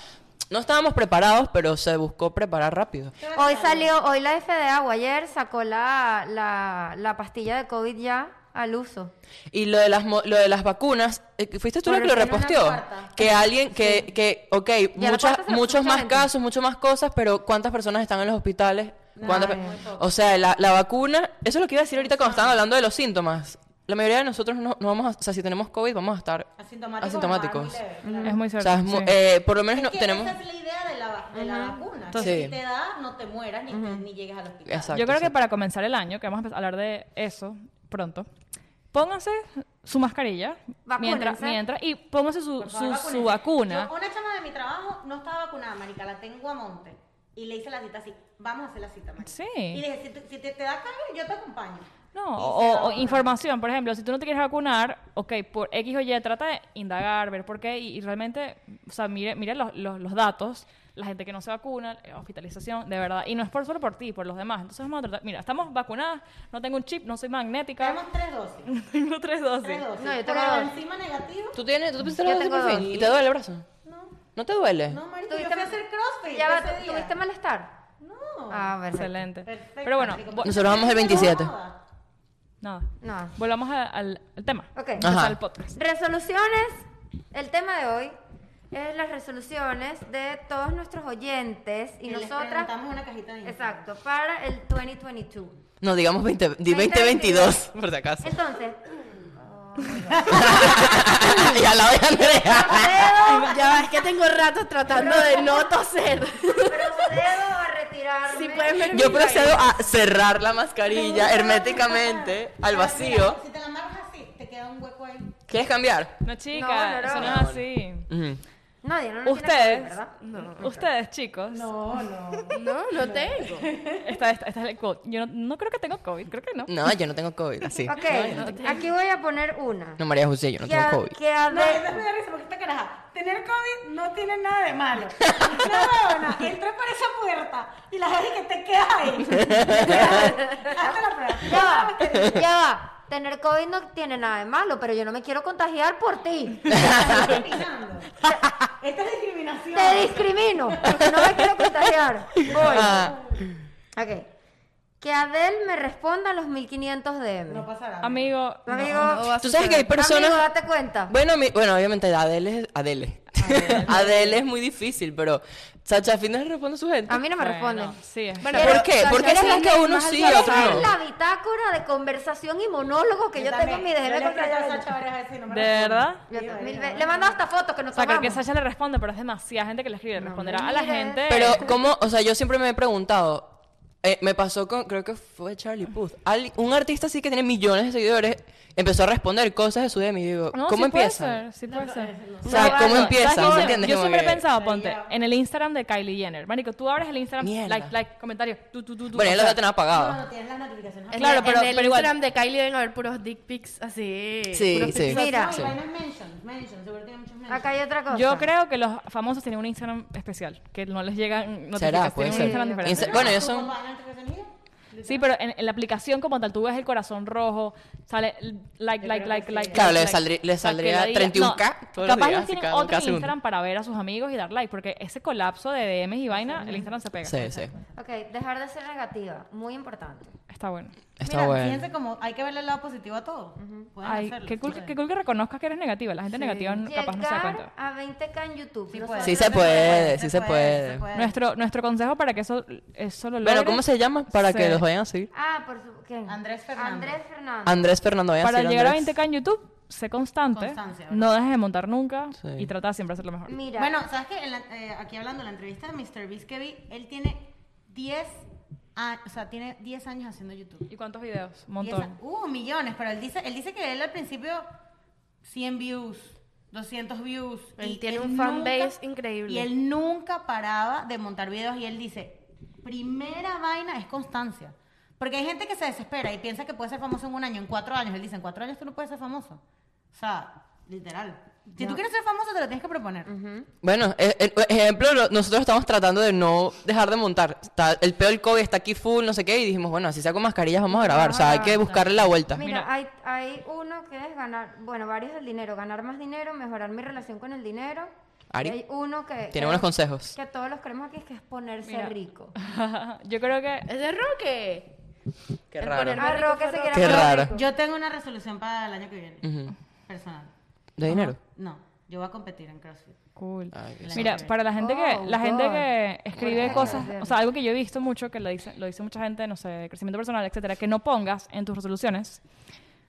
[SPEAKER 3] no estábamos preparados, pero se buscó preparar rápido.
[SPEAKER 5] Hoy salió, hoy la FDA o ayer sacó la, la, la pastilla de COVID ya al uso.
[SPEAKER 3] Y lo de las, mo- lo de las vacunas, eh, ¿fuiste tú la
[SPEAKER 5] Por
[SPEAKER 3] que lo
[SPEAKER 5] fin una
[SPEAKER 3] reposteó?
[SPEAKER 5] cuarta.
[SPEAKER 3] Que alguien, que, que ok,
[SPEAKER 5] la
[SPEAKER 3] muchas,
[SPEAKER 5] cuarta se la
[SPEAKER 3] muchos
[SPEAKER 5] puso
[SPEAKER 3] más
[SPEAKER 5] gente.
[SPEAKER 3] casos, muchas más cosas, pero ¿cuántas personas están en los hospitales? ¿Cuántas
[SPEAKER 5] Ay,
[SPEAKER 3] pe-
[SPEAKER 5] muy
[SPEAKER 3] o sea, la, la vacuna, eso es lo que iba a decir ahorita
[SPEAKER 1] Ah.
[SPEAKER 3] cuando estaban hablando de los síntomas. La mayoría de nosotros no, no vamos a, o sea, si tenemos COVID vamos a estar
[SPEAKER 1] Asintomáticos.
[SPEAKER 3] asintomáticos.
[SPEAKER 1] es muy leve.
[SPEAKER 2] Mm, Es muy
[SPEAKER 3] O
[SPEAKER 2] cierto.
[SPEAKER 3] sea, es mu-
[SPEAKER 2] sí.
[SPEAKER 3] eh, por lo menos
[SPEAKER 1] Es
[SPEAKER 3] no,
[SPEAKER 1] que
[SPEAKER 3] tenemos...
[SPEAKER 1] Esa es la idea de la, va- de la vacuna.
[SPEAKER 3] Entonces-
[SPEAKER 1] que si te da, no te mueras ni, ni llegues al hospital.
[SPEAKER 3] Exacto,
[SPEAKER 2] Yo creo que
[SPEAKER 3] exacto.
[SPEAKER 2] para comenzar el año, que vamos a empezar a hablar de eso pronto, pónganse su mascarilla mientras,
[SPEAKER 5] Vacúnense.
[SPEAKER 2] mientras y pónganse su,
[SPEAKER 1] Por
[SPEAKER 2] su,
[SPEAKER 1] favor,
[SPEAKER 2] su
[SPEAKER 1] vacúnense.
[SPEAKER 2] vacuna.
[SPEAKER 1] Yo, una chama de mi trabajo no estaba vacunada, marica, la tengo a monte. Y le hice la cita así, vamos a hacer la cita, marica.
[SPEAKER 2] Sí.
[SPEAKER 1] Y le dije, si, te- si te, te da cambio, yo te acompaño.
[SPEAKER 2] No,
[SPEAKER 1] Y
[SPEAKER 2] o,
[SPEAKER 1] se
[SPEAKER 2] o-
[SPEAKER 1] va
[SPEAKER 2] o
[SPEAKER 1] a
[SPEAKER 2] información, por ejemplo, si tú no te quieres vacunar, ok, por X o Y, trata de indagar, ver por qué, y, y realmente, o sea, mire, mire los, los- los datos, la gente que no se vacuna, eh, hospitalización, de verdad, y no es por solo por ti, por los demás, entonces vamos a tratar, mira, estamos vacunadas, no tengo un chip, no soy magnética,
[SPEAKER 1] Tenemos tres dosis.
[SPEAKER 2] tengo tres dosis.
[SPEAKER 1] Tres dosis.
[SPEAKER 5] No, yo tengo
[SPEAKER 1] Prueba
[SPEAKER 5] dos.
[SPEAKER 1] encima negativo.
[SPEAKER 3] ¿Tú tienes, tú te pusiste
[SPEAKER 5] Yo
[SPEAKER 3] la dosis
[SPEAKER 5] tengo
[SPEAKER 3] por fin?
[SPEAKER 5] dos.
[SPEAKER 3] ¿Y te duele el brazo?
[SPEAKER 1] No,
[SPEAKER 3] ¿No te duele?
[SPEAKER 1] no, marica, yo
[SPEAKER 5] ¿Tuviste
[SPEAKER 1] fui a hacer crossfit
[SPEAKER 5] Ya va,
[SPEAKER 1] ese día.
[SPEAKER 5] ¿Tuviste malestar?
[SPEAKER 1] No.
[SPEAKER 5] Ah, perfecto.
[SPEAKER 2] Excelente.
[SPEAKER 1] Perfecto, pues.
[SPEAKER 2] Pero bueno,
[SPEAKER 1] marica,
[SPEAKER 2] vo-
[SPEAKER 1] porque
[SPEAKER 3] Nosotros vamos
[SPEAKER 1] no
[SPEAKER 3] el 27.
[SPEAKER 1] joda.
[SPEAKER 2] Nada.
[SPEAKER 5] Nada.
[SPEAKER 2] Volvamos a- al, al tema.
[SPEAKER 5] Ok.
[SPEAKER 2] Empezar
[SPEAKER 3] Ajá.
[SPEAKER 2] el podcast.
[SPEAKER 5] Resoluciones. El tema de hoy es las resoluciones de todos nuestros oyentes y
[SPEAKER 1] Y Les
[SPEAKER 5] nosotras.
[SPEAKER 1] preguntamos una cajita de Instagram.
[SPEAKER 5] Exacto, para el 2022.
[SPEAKER 3] No, digamos 20, di 2022,
[SPEAKER 5] 2022.
[SPEAKER 3] por si acaso.
[SPEAKER 5] Entonces,
[SPEAKER 3] ya la voy Andrea.
[SPEAKER 4] Ya va, es que tengo rato tratando de no toser.
[SPEAKER 5] procedo a retirarme.
[SPEAKER 4] Si pueden ver
[SPEAKER 3] Yo
[SPEAKER 4] mi
[SPEAKER 3] procedo a cerrar la mascarilla herméticamente al
[SPEAKER 1] Pero mira,
[SPEAKER 3] vacío.
[SPEAKER 1] Si te la amarras así, te queda un hueco ahí.
[SPEAKER 3] ¿Quieres cambiar?
[SPEAKER 2] No, chica,
[SPEAKER 5] No, no, no.
[SPEAKER 2] eso no es así.
[SPEAKER 3] Ujú.
[SPEAKER 5] No, Diana no
[SPEAKER 2] Ustedes,
[SPEAKER 5] tiene COVID,
[SPEAKER 2] ustedes chicos,
[SPEAKER 1] No, no.
[SPEAKER 4] país. No, no tengo.
[SPEAKER 2] esta, esta- esta es el quote. Yo no, no creo que tengo COVID, creo que no.
[SPEAKER 3] No, yo no tengo COVID, así.
[SPEAKER 5] ¿verdad? Ok, aquí voy a poner una.
[SPEAKER 3] No, María José, yo no
[SPEAKER 5] que
[SPEAKER 3] tengo
[SPEAKER 5] a,
[SPEAKER 3] COVID.
[SPEAKER 5] que a
[SPEAKER 1] No,
[SPEAKER 5] ver-
[SPEAKER 1] esa me da risa porque esta caraja, tener COVID no tiene nada de malo. Una huevona entró por esa puerta y la gente que te quedas ahí. Hazte la prueba.
[SPEAKER 5] Ya va, ya va. Tener COVID no tiene nada de malo, pero yo no me quiero contagiar por ti.
[SPEAKER 1] Estás discriminando. Esta es discriminación.
[SPEAKER 5] Te discrimino, porque no me quiero contagiar.
[SPEAKER 3] Ah,
[SPEAKER 5] Ok. Que Adele me responda a los 1500 DM.
[SPEAKER 1] No pasará.
[SPEAKER 2] Amigo,
[SPEAKER 5] Amigo,
[SPEAKER 3] Tú sabes que hay personas...
[SPEAKER 5] Amigo, date cuenta.
[SPEAKER 3] Bueno, mi- bueno, obviamente Adele es Adele. Adele es muy difícil, pero Sacha Fitness le responde a su gente.
[SPEAKER 5] A mí no me
[SPEAKER 2] bueno,
[SPEAKER 5] responden.
[SPEAKER 2] Sí, es-
[SPEAKER 4] Bueno,
[SPEAKER 3] ¿Por
[SPEAKER 4] pero
[SPEAKER 3] qué?
[SPEAKER 4] Sacha
[SPEAKER 3] ¿Por qué eres la
[SPEAKER 4] Fitness
[SPEAKER 3] que uno
[SPEAKER 4] más
[SPEAKER 3] sí y
[SPEAKER 4] alzada.
[SPEAKER 5] Esa
[SPEAKER 3] otro
[SPEAKER 5] es
[SPEAKER 3] no?
[SPEAKER 5] la bitácora de conversación y monólogo que yo, tengo en mi
[SPEAKER 1] también.
[SPEAKER 5] DM
[SPEAKER 1] Yo le
[SPEAKER 5] con
[SPEAKER 1] he escrito a
[SPEAKER 5] Sacha.
[SPEAKER 1] Sacha varias veces y no me
[SPEAKER 2] ¿De
[SPEAKER 1] responde.
[SPEAKER 2] verdad?
[SPEAKER 5] Yo
[SPEAKER 1] Sí,
[SPEAKER 5] mil
[SPEAKER 1] varias
[SPEAKER 5] veces-
[SPEAKER 1] veces.
[SPEAKER 5] Le mando hasta fotos que nos
[SPEAKER 2] o sea, creo que
[SPEAKER 5] tomamos.
[SPEAKER 2] Sasha le responde, pero es demasiada gente que le escribe. Responderá a la
[SPEAKER 5] mira.
[SPEAKER 2] gente.
[SPEAKER 3] Pero como, o sea, yo siempre me he preguntado, eh, me pasó con, creo que fue Charlie Puth, Al- un artista así que tiene millones de seguidores, empezó a responder cosas de su DM y digo,
[SPEAKER 2] No,
[SPEAKER 3] ¿cómo
[SPEAKER 2] sí puede
[SPEAKER 3] empieza?
[SPEAKER 2] ser, sí puede ser.
[SPEAKER 3] O sea, ¿cómo
[SPEAKER 2] Marico,
[SPEAKER 3] empieza?
[SPEAKER 2] ¿sabes qué?
[SPEAKER 3] ¿Me entiendes?
[SPEAKER 2] Yo
[SPEAKER 3] Como
[SPEAKER 2] siempre he
[SPEAKER 3] que-
[SPEAKER 2] pensado, ponte, en el Instagram de Kylie Jenner. Marico, tú abres el Instagram,
[SPEAKER 3] Mierda.
[SPEAKER 2] like, like, comentario, tú, tú, tú, tú.
[SPEAKER 3] Bueno,
[SPEAKER 2] o
[SPEAKER 3] ya lo
[SPEAKER 2] sea,
[SPEAKER 3] debe tener
[SPEAKER 1] No,
[SPEAKER 3] apagado.
[SPEAKER 1] no tienes las notificaciones.
[SPEAKER 4] En
[SPEAKER 2] Claro,
[SPEAKER 4] el-
[SPEAKER 2] pero-
[SPEAKER 4] en el
[SPEAKER 2] pero igual.
[SPEAKER 4] Instagram de Kylie deben haber puros dick pics así.
[SPEAKER 3] Sí,
[SPEAKER 4] puros
[SPEAKER 3] sí.
[SPEAKER 4] pics así.
[SPEAKER 5] Mira,
[SPEAKER 1] No, y vainas mentions, mentions, seguro tiene muchos mentions.
[SPEAKER 5] acá hay otra cosa.
[SPEAKER 2] Yo creo que los famosos tienen un Instagram especial, que no les llegan
[SPEAKER 3] ¿Será?
[SPEAKER 2] notificaciones.
[SPEAKER 3] Puede
[SPEAKER 2] tienen un
[SPEAKER 3] ser.
[SPEAKER 2] Instagram diferente.
[SPEAKER 3] Insta- bueno, yo son...
[SPEAKER 2] Sí, pero en, en la aplicación como tal, tú ves el corazón rojo, sale like, like, like, like.
[SPEAKER 3] Claro, le
[SPEAKER 2] like, like.
[SPEAKER 3] saldrí- le
[SPEAKER 2] O sea, que
[SPEAKER 3] saldría
[SPEAKER 2] la vida-
[SPEAKER 3] 31K todos los
[SPEAKER 2] capaz
[SPEAKER 3] días,
[SPEAKER 2] ellos tienen
[SPEAKER 3] cada-
[SPEAKER 2] otro
[SPEAKER 3] cada segundo.
[SPEAKER 2] Instagram para ver a sus amigos y dar like, porque ese colapso de DMs y vaina, el Instagram se pega.
[SPEAKER 3] Sí, sí.
[SPEAKER 5] Ok, dejar de ser negativa. Muy importante.
[SPEAKER 2] Está bueno.
[SPEAKER 3] Está
[SPEAKER 1] Mira,
[SPEAKER 3] bueno.
[SPEAKER 1] fíjense como hay que verle el lado positivo a todo. Pueden
[SPEAKER 2] Ay,
[SPEAKER 1] hacerlo,
[SPEAKER 2] qué
[SPEAKER 1] sí
[SPEAKER 2] cool,
[SPEAKER 1] pueden.
[SPEAKER 2] que- qué cool que reconozcas que eres negativa. La gente negativa no- capaz no se da
[SPEAKER 5] Llegar
[SPEAKER 2] cuenta.
[SPEAKER 5] a 20k en YouTube.
[SPEAKER 1] Sí,
[SPEAKER 5] No
[SPEAKER 1] puede.
[SPEAKER 5] sé.
[SPEAKER 3] Sí se puede, sí se puede.
[SPEAKER 2] Nuestro, nuestro consejo para que eso, eso lo logres.
[SPEAKER 3] Bueno, ¿cómo se llama? Para que
[SPEAKER 2] Sí.
[SPEAKER 3] los vayan a seguir.
[SPEAKER 5] Ah, por su... ¿quién?
[SPEAKER 1] Andrés Fernández.
[SPEAKER 5] Andrés Fernández.
[SPEAKER 3] Andrés Fernando, vayan
[SPEAKER 2] Para
[SPEAKER 3] a seguir
[SPEAKER 2] llegar a
[SPEAKER 3] Andrés.
[SPEAKER 2] 20k en YouTube, sé constante.
[SPEAKER 1] Constancia, ¿verdad?
[SPEAKER 2] no dejes de montar nunca
[SPEAKER 3] Sí.
[SPEAKER 2] y trata de siempre hacer lo mejor.
[SPEAKER 5] Mira.
[SPEAKER 1] Bueno, ¿sabes qué? En la- eh, aquí hablando de la entrevista de Mr. Beast que vi, él tiene 10 a- o sea, tiene 10 años haciendo YouTube.
[SPEAKER 2] ¿Y cuántos videos? Un
[SPEAKER 1] 10
[SPEAKER 2] montón.
[SPEAKER 1] a- uh, millones, pero él dice, él dice que él al principio 100 views, 200 views.
[SPEAKER 4] Él tiene un fan base increíble.
[SPEAKER 1] Y él nunca paraba de montar videos y él dice, primera vaina es constancia. Porque hay gente que se desespera y piensa que puede ser famoso en un año, en cuatro años. Él dice, en cuatro años tú no puedes ser famoso. O sea, literal. Si tú quieres ser famoso, te lo tienes que proponer.
[SPEAKER 3] Bueno, eh, eh, ejemplo, lo- nosotros estamos tratando de no dejar de montar. Está- el peor del COVID está aquí full, no sé qué, y dijimos, bueno, si saco mascarillas vamos a grabar. O sea, hay que buscarle la vuelta.
[SPEAKER 5] Mira,
[SPEAKER 2] Mira.
[SPEAKER 5] Hay, hay uno que es ganar, bueno, varios del dinero, ganar más dinero, mejorar mi relación con el dinero.
[SPEAKER 3] Ari,
[SPEAKER 5] Y hay uno que...
[SPEAKER 3] tiene
[SPEAKER 5] que-
[SPEAKER 3] buenos consejos.
[SPEAKER 5] Que todos los queremos aquí, que es ponerse
[SPEAKER 2] Mira.
[SPEAKER 5] rico.
[SPEAKER 2] Yo creo que.
[SPEAKER 4] ¿Es de Roque?
[SPEAKER 3] Qué
[SPEAKER 4] El
[SPEAKER 3] raro.
[SPEAKER 4] poner-
[SPEAKER 5] Ah, Roque se quiere
[SPEAKER 3] Qué
[SPEAKER 5] poner
[SPEAKER 3] raro.
[SPEAKER 5] rico.
[SPEAKER 1] Yo tengo una resolución para el año que viene,
[SPEAKER 3] Ujú.
[SPEAKER 1] personal.
[SPEAKER 3] ¿De dinero?
[SPEAKER 1] No, yo voy a competir en CrossFit.
[SPEAKER 2] Cool.
[SPEAKER 3] Ay, qué
[SPEAKER 2] Mira,
[SPEAKER 1] suerte.
[SPEAKER 2] para la gente que
[SPEAKER 5] Oh,
[SPEAKER 2] la gente
[SPEAKER 5] God.
[SPEAKER 2] que escribe
[SPEAKER 5] Bueno,
[SPEAKER 2] cosas,
[SPEAKER 5] bien.
[SPEAKER 2] o sea, algo que yo he visto mucho que lo dice lo dice mucha gente, no sé, de crecimiento personal, etcétera, que no pongas en tus resoluciones.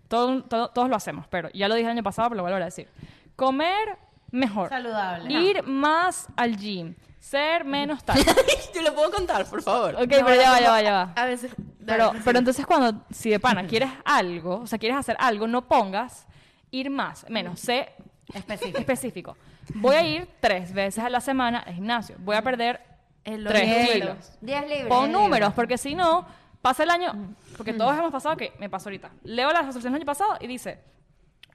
[SPEAKER 2] Todo- todo- todos lo hacemos, pero ya lo dije el año pasado, pero lo vuelvo a decir. Comer mejor.
[SPEAKER 1] Saludable.
[SPEAKER 2] Ir más al gym. Ser menos tal.
[SPEAKER 3] Yo lo puedo contar, por favor.
[SPEAKER 2] Ok, pero ya va, ya va, ya va.
[SPEAKER 4] A veces.
[SPEAKER 2] Pero,
[SPEAKER 4] dale,
[SPEAKER 2] pero entonces cuando, si de pana quieres algo, o sea, quieres hacer algo, no pongas ir más, menos, sé
[SPEAKER 1] Específico.
[SPEAKER 2] específico. Voy a ir tres veces a la semana al gimnasio. Voy a perder
[SPEAKER 4] El
[SPEAKER 2] tres
[SPEAKER 4] olvido.
[SPEAKER 2] kilos.
[SPEAKER 5] 10 libras.
[SPEAKER 2] Pon números, porque si no, pasa el
[SPEAKER 4] Mm.
[SPEAKER 2] año, porque todos hemos pasado, que me pasó ahorita. Leo las resoluciones del año pasado y dice,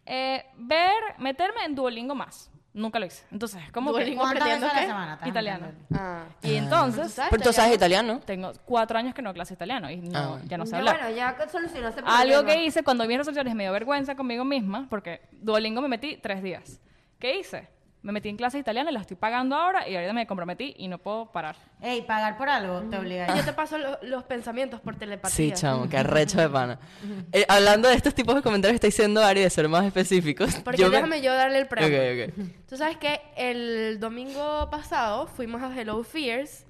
[SPEAKER 2] eh, ver, meterme en Duolingo más. Nunca lo hice. Entonces, es como que...
[SPEAKER 4] Duolingo.
[SPEAKER 1] ¿Cuántas veces
[SPEAKER 4] aprendiendo
[SPEAKER 1] a la
[SPEAKER 4] qué?
[SPEAKER 1] semana? estás
[SPEAKER 2] Italiano.
[SPEAKER 1] aprendiendo?
[SPEAKER 4] Ah.
[SPEAKER 2] Y entonces,
[SPEAKER 4] sabes
[SPEAKER 3] Pero tú sabes italiano.
[SPEAKER 2] tengo cuatro años que no clase italiano y no,
[SPEAKER 3] Ah, bueno.
[SPEAKER 2] ya no sé
[SPEAKER 5] Ya,
[SPEAKER 2] hablar.
[SPEAKER 5] Bueno, ya que solucionó
[SPEAKER 4] este
[SPEAKER 5] ese problema.
[SPEAKER 2] Algo que hice cuando vi mis resoluciones me dio vergüenza conmigo misma, porque Duolingo me metí tres días. ¿Qué hice? me metí en clases italianas, las estoy pagando ahora y ahorita me comprometí y no puedo parar.
[SPEAKER 1] Ey, pagar por algo
[SPEAKER 2] Mm.
[SPEAKER 1] te obliga
[SPEAKER 4] Yo te paso lo- los pensamientos por
[SPEAKER 3] Sí,
[SPEAKER 4] telepatía.
[SPEAKER 3] chamo, qué arrecho de pana. Eh, hablando de estos tipos de comentarios que está diciendo Ari, de ser más específicos.
[SPEAKER 4] Porque
[SPEAKER 3] yo me-
[SPEAKER 4] déjame yo darle el premio.
[SPEAKER 3] Ok, ok.
[SPEAKER 4] Tú sabes que el domingo pasado fuimos a Hello Fears.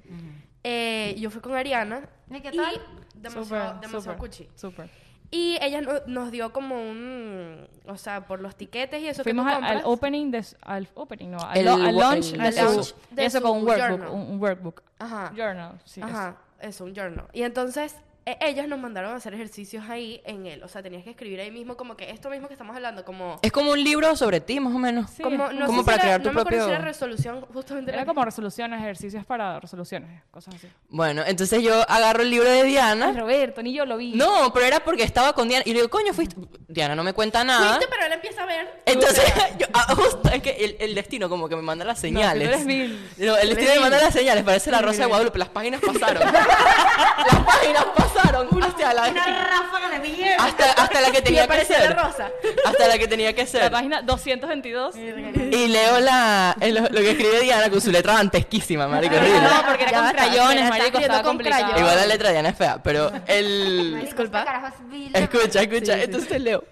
[SPEAKER 4] eh, yo fui con Ariana.
[SPEAKER 5] ¿Y qué tal?
[SPEAKER 4] Demasiado,
[SPEAKER 2] Súper,
[SPEAKER 4] demasiado
[SPEAKER 2] súper,
[SPEAKER 4] cuchi.
[SPEAKER 2] súper.
[SPEAKER 4] Y ella no- nos dio como un... O sea, por los tiquetes y eso
[SPEAKER 2] Fuimos
[SPEAKER 4] que tú
[SPEAKER 2] al, al
[SPEAKER 4] compras.
[SPEAKER 2] opening, de, su- al opening, no, al,
[SPEAKER 3] El
[SPEAKER 2] lo- al
[SPEAKER 3] wo-
[SPEAKER 2] launch,
[SPEAKER 3] el-
[SPEAKER 2] de
[SPEAKER 3] el
[SPEAKER 2] su-
[SPEAKER 4] launch de
[SPEAKER 2] eso
[SPEAKER 4] su
[SPEAKER 2] con un workbook,
[SPEAKER 4] journal.
[SPEAKER 2] un, un workbook.
[SPEAKER 4] Ajá.
[SPEAKER 2] Journal, sí. eso.
[SPEAKER 4] Ajá, eso, un journal. Y entonces e- ellas nos mandaron a hacer ejercicios ahí en él. O sea, tenías que escribir ahí mismo como que esto mismo que estamos hablando, como...
[SPEAKER 3] Es como un libro sobre ti, más o menos.
[SPEAKER 2] Sí.
[SPEAKER 4] como no
[SPEAKER 3] Como
[SPEAKER 4] sé
[SPEAKER 3] para
[SPEAKER 4] si
[SPEAKER 3] crear
[SPEAKER 4] era,
[SPEAKER 3] tu
[SPEAKER 4] no me acuerdo si
[SPEAKER 3] propio-
[SPEAKER 4] era resolución, justamente
[SPEAKER 2] Era
[SPEAKER 4] la-
[SPEAKER 2] como resoluciones, ejercicios para resoluciones, cosas así.
[SPEAKER 3] Bueno, entonces yo agarro el libro de
[SPEAKER 4] Ah.
[SPEAKER 2] Ay,
[SPEAKER 3] Diana.
[SPEAKER 2] Roberto, ni yo lo vi.
[SPEAKER 3] No, pero era porque estaba con Diana. Y le digo, coño, fuiste. Diana no me cuenta nada.
[SPEAKER 2] Ah.
[SPEAKER 4] Fuiste, pero él empieza a ver...
[SPEAKER 3] Entonces, yo, ah, justo, es que el, el destino como que me manda las señales.
[SPEAKER 2] tú eres vil.
[SPEAKER 3] No, el destino me manda las señales, parece la Rosa de Guadalupe. Las páginas pasaron. las páginas pasaron. Hasta
[SPEAKER 1] Una
[SPEAKER 3] la,
[SPEAKER 1] ráfaga de billetes.
[SPEAKER 3] hasta, hasta la que
[SPEAKER 4] Y
[SPEAKER 3] tenía que
[SPEAKER 4] apareció
[SPEAKER 3] ser.
[SPEAKER 4] la rosa.
[SPEAKER 3] Hasta la que tenía que
[SPEAKER 2] La
[SPEAKER 3] ser.
[SPEAKER 2] página 222.
[SPEAKER 3] Y leo la, el- lo que escribe Diana con su letra dantesquísima, marico. horrible.
[SPEAKER 2] Ah, No, porque era
[SPEAKER 4] Ya
[SPEAKER 2] con
[SPEAKER 4] basta,
[SPEAKER 2] crayones,
[SPEAKER 4] era
[SPEAKER 2] marico,
[SPEAKER 4] escribiendo
[SPEAKER 2] estaba
[SPEAKER 4] con
[SPEAKER 2] complicado.
[SPEAKER 4] crayones.
[SPEAKER 3] Igual la letra de Diana es fea, pero
[SPEAKER 5] Marico,
[SPEAKER 3] el...
[SPEAKER 4] Disculpa.
[SPEAKER 5] este carajo es vil.
[SPEAKER 3] Escucha, escucha, entonces leo.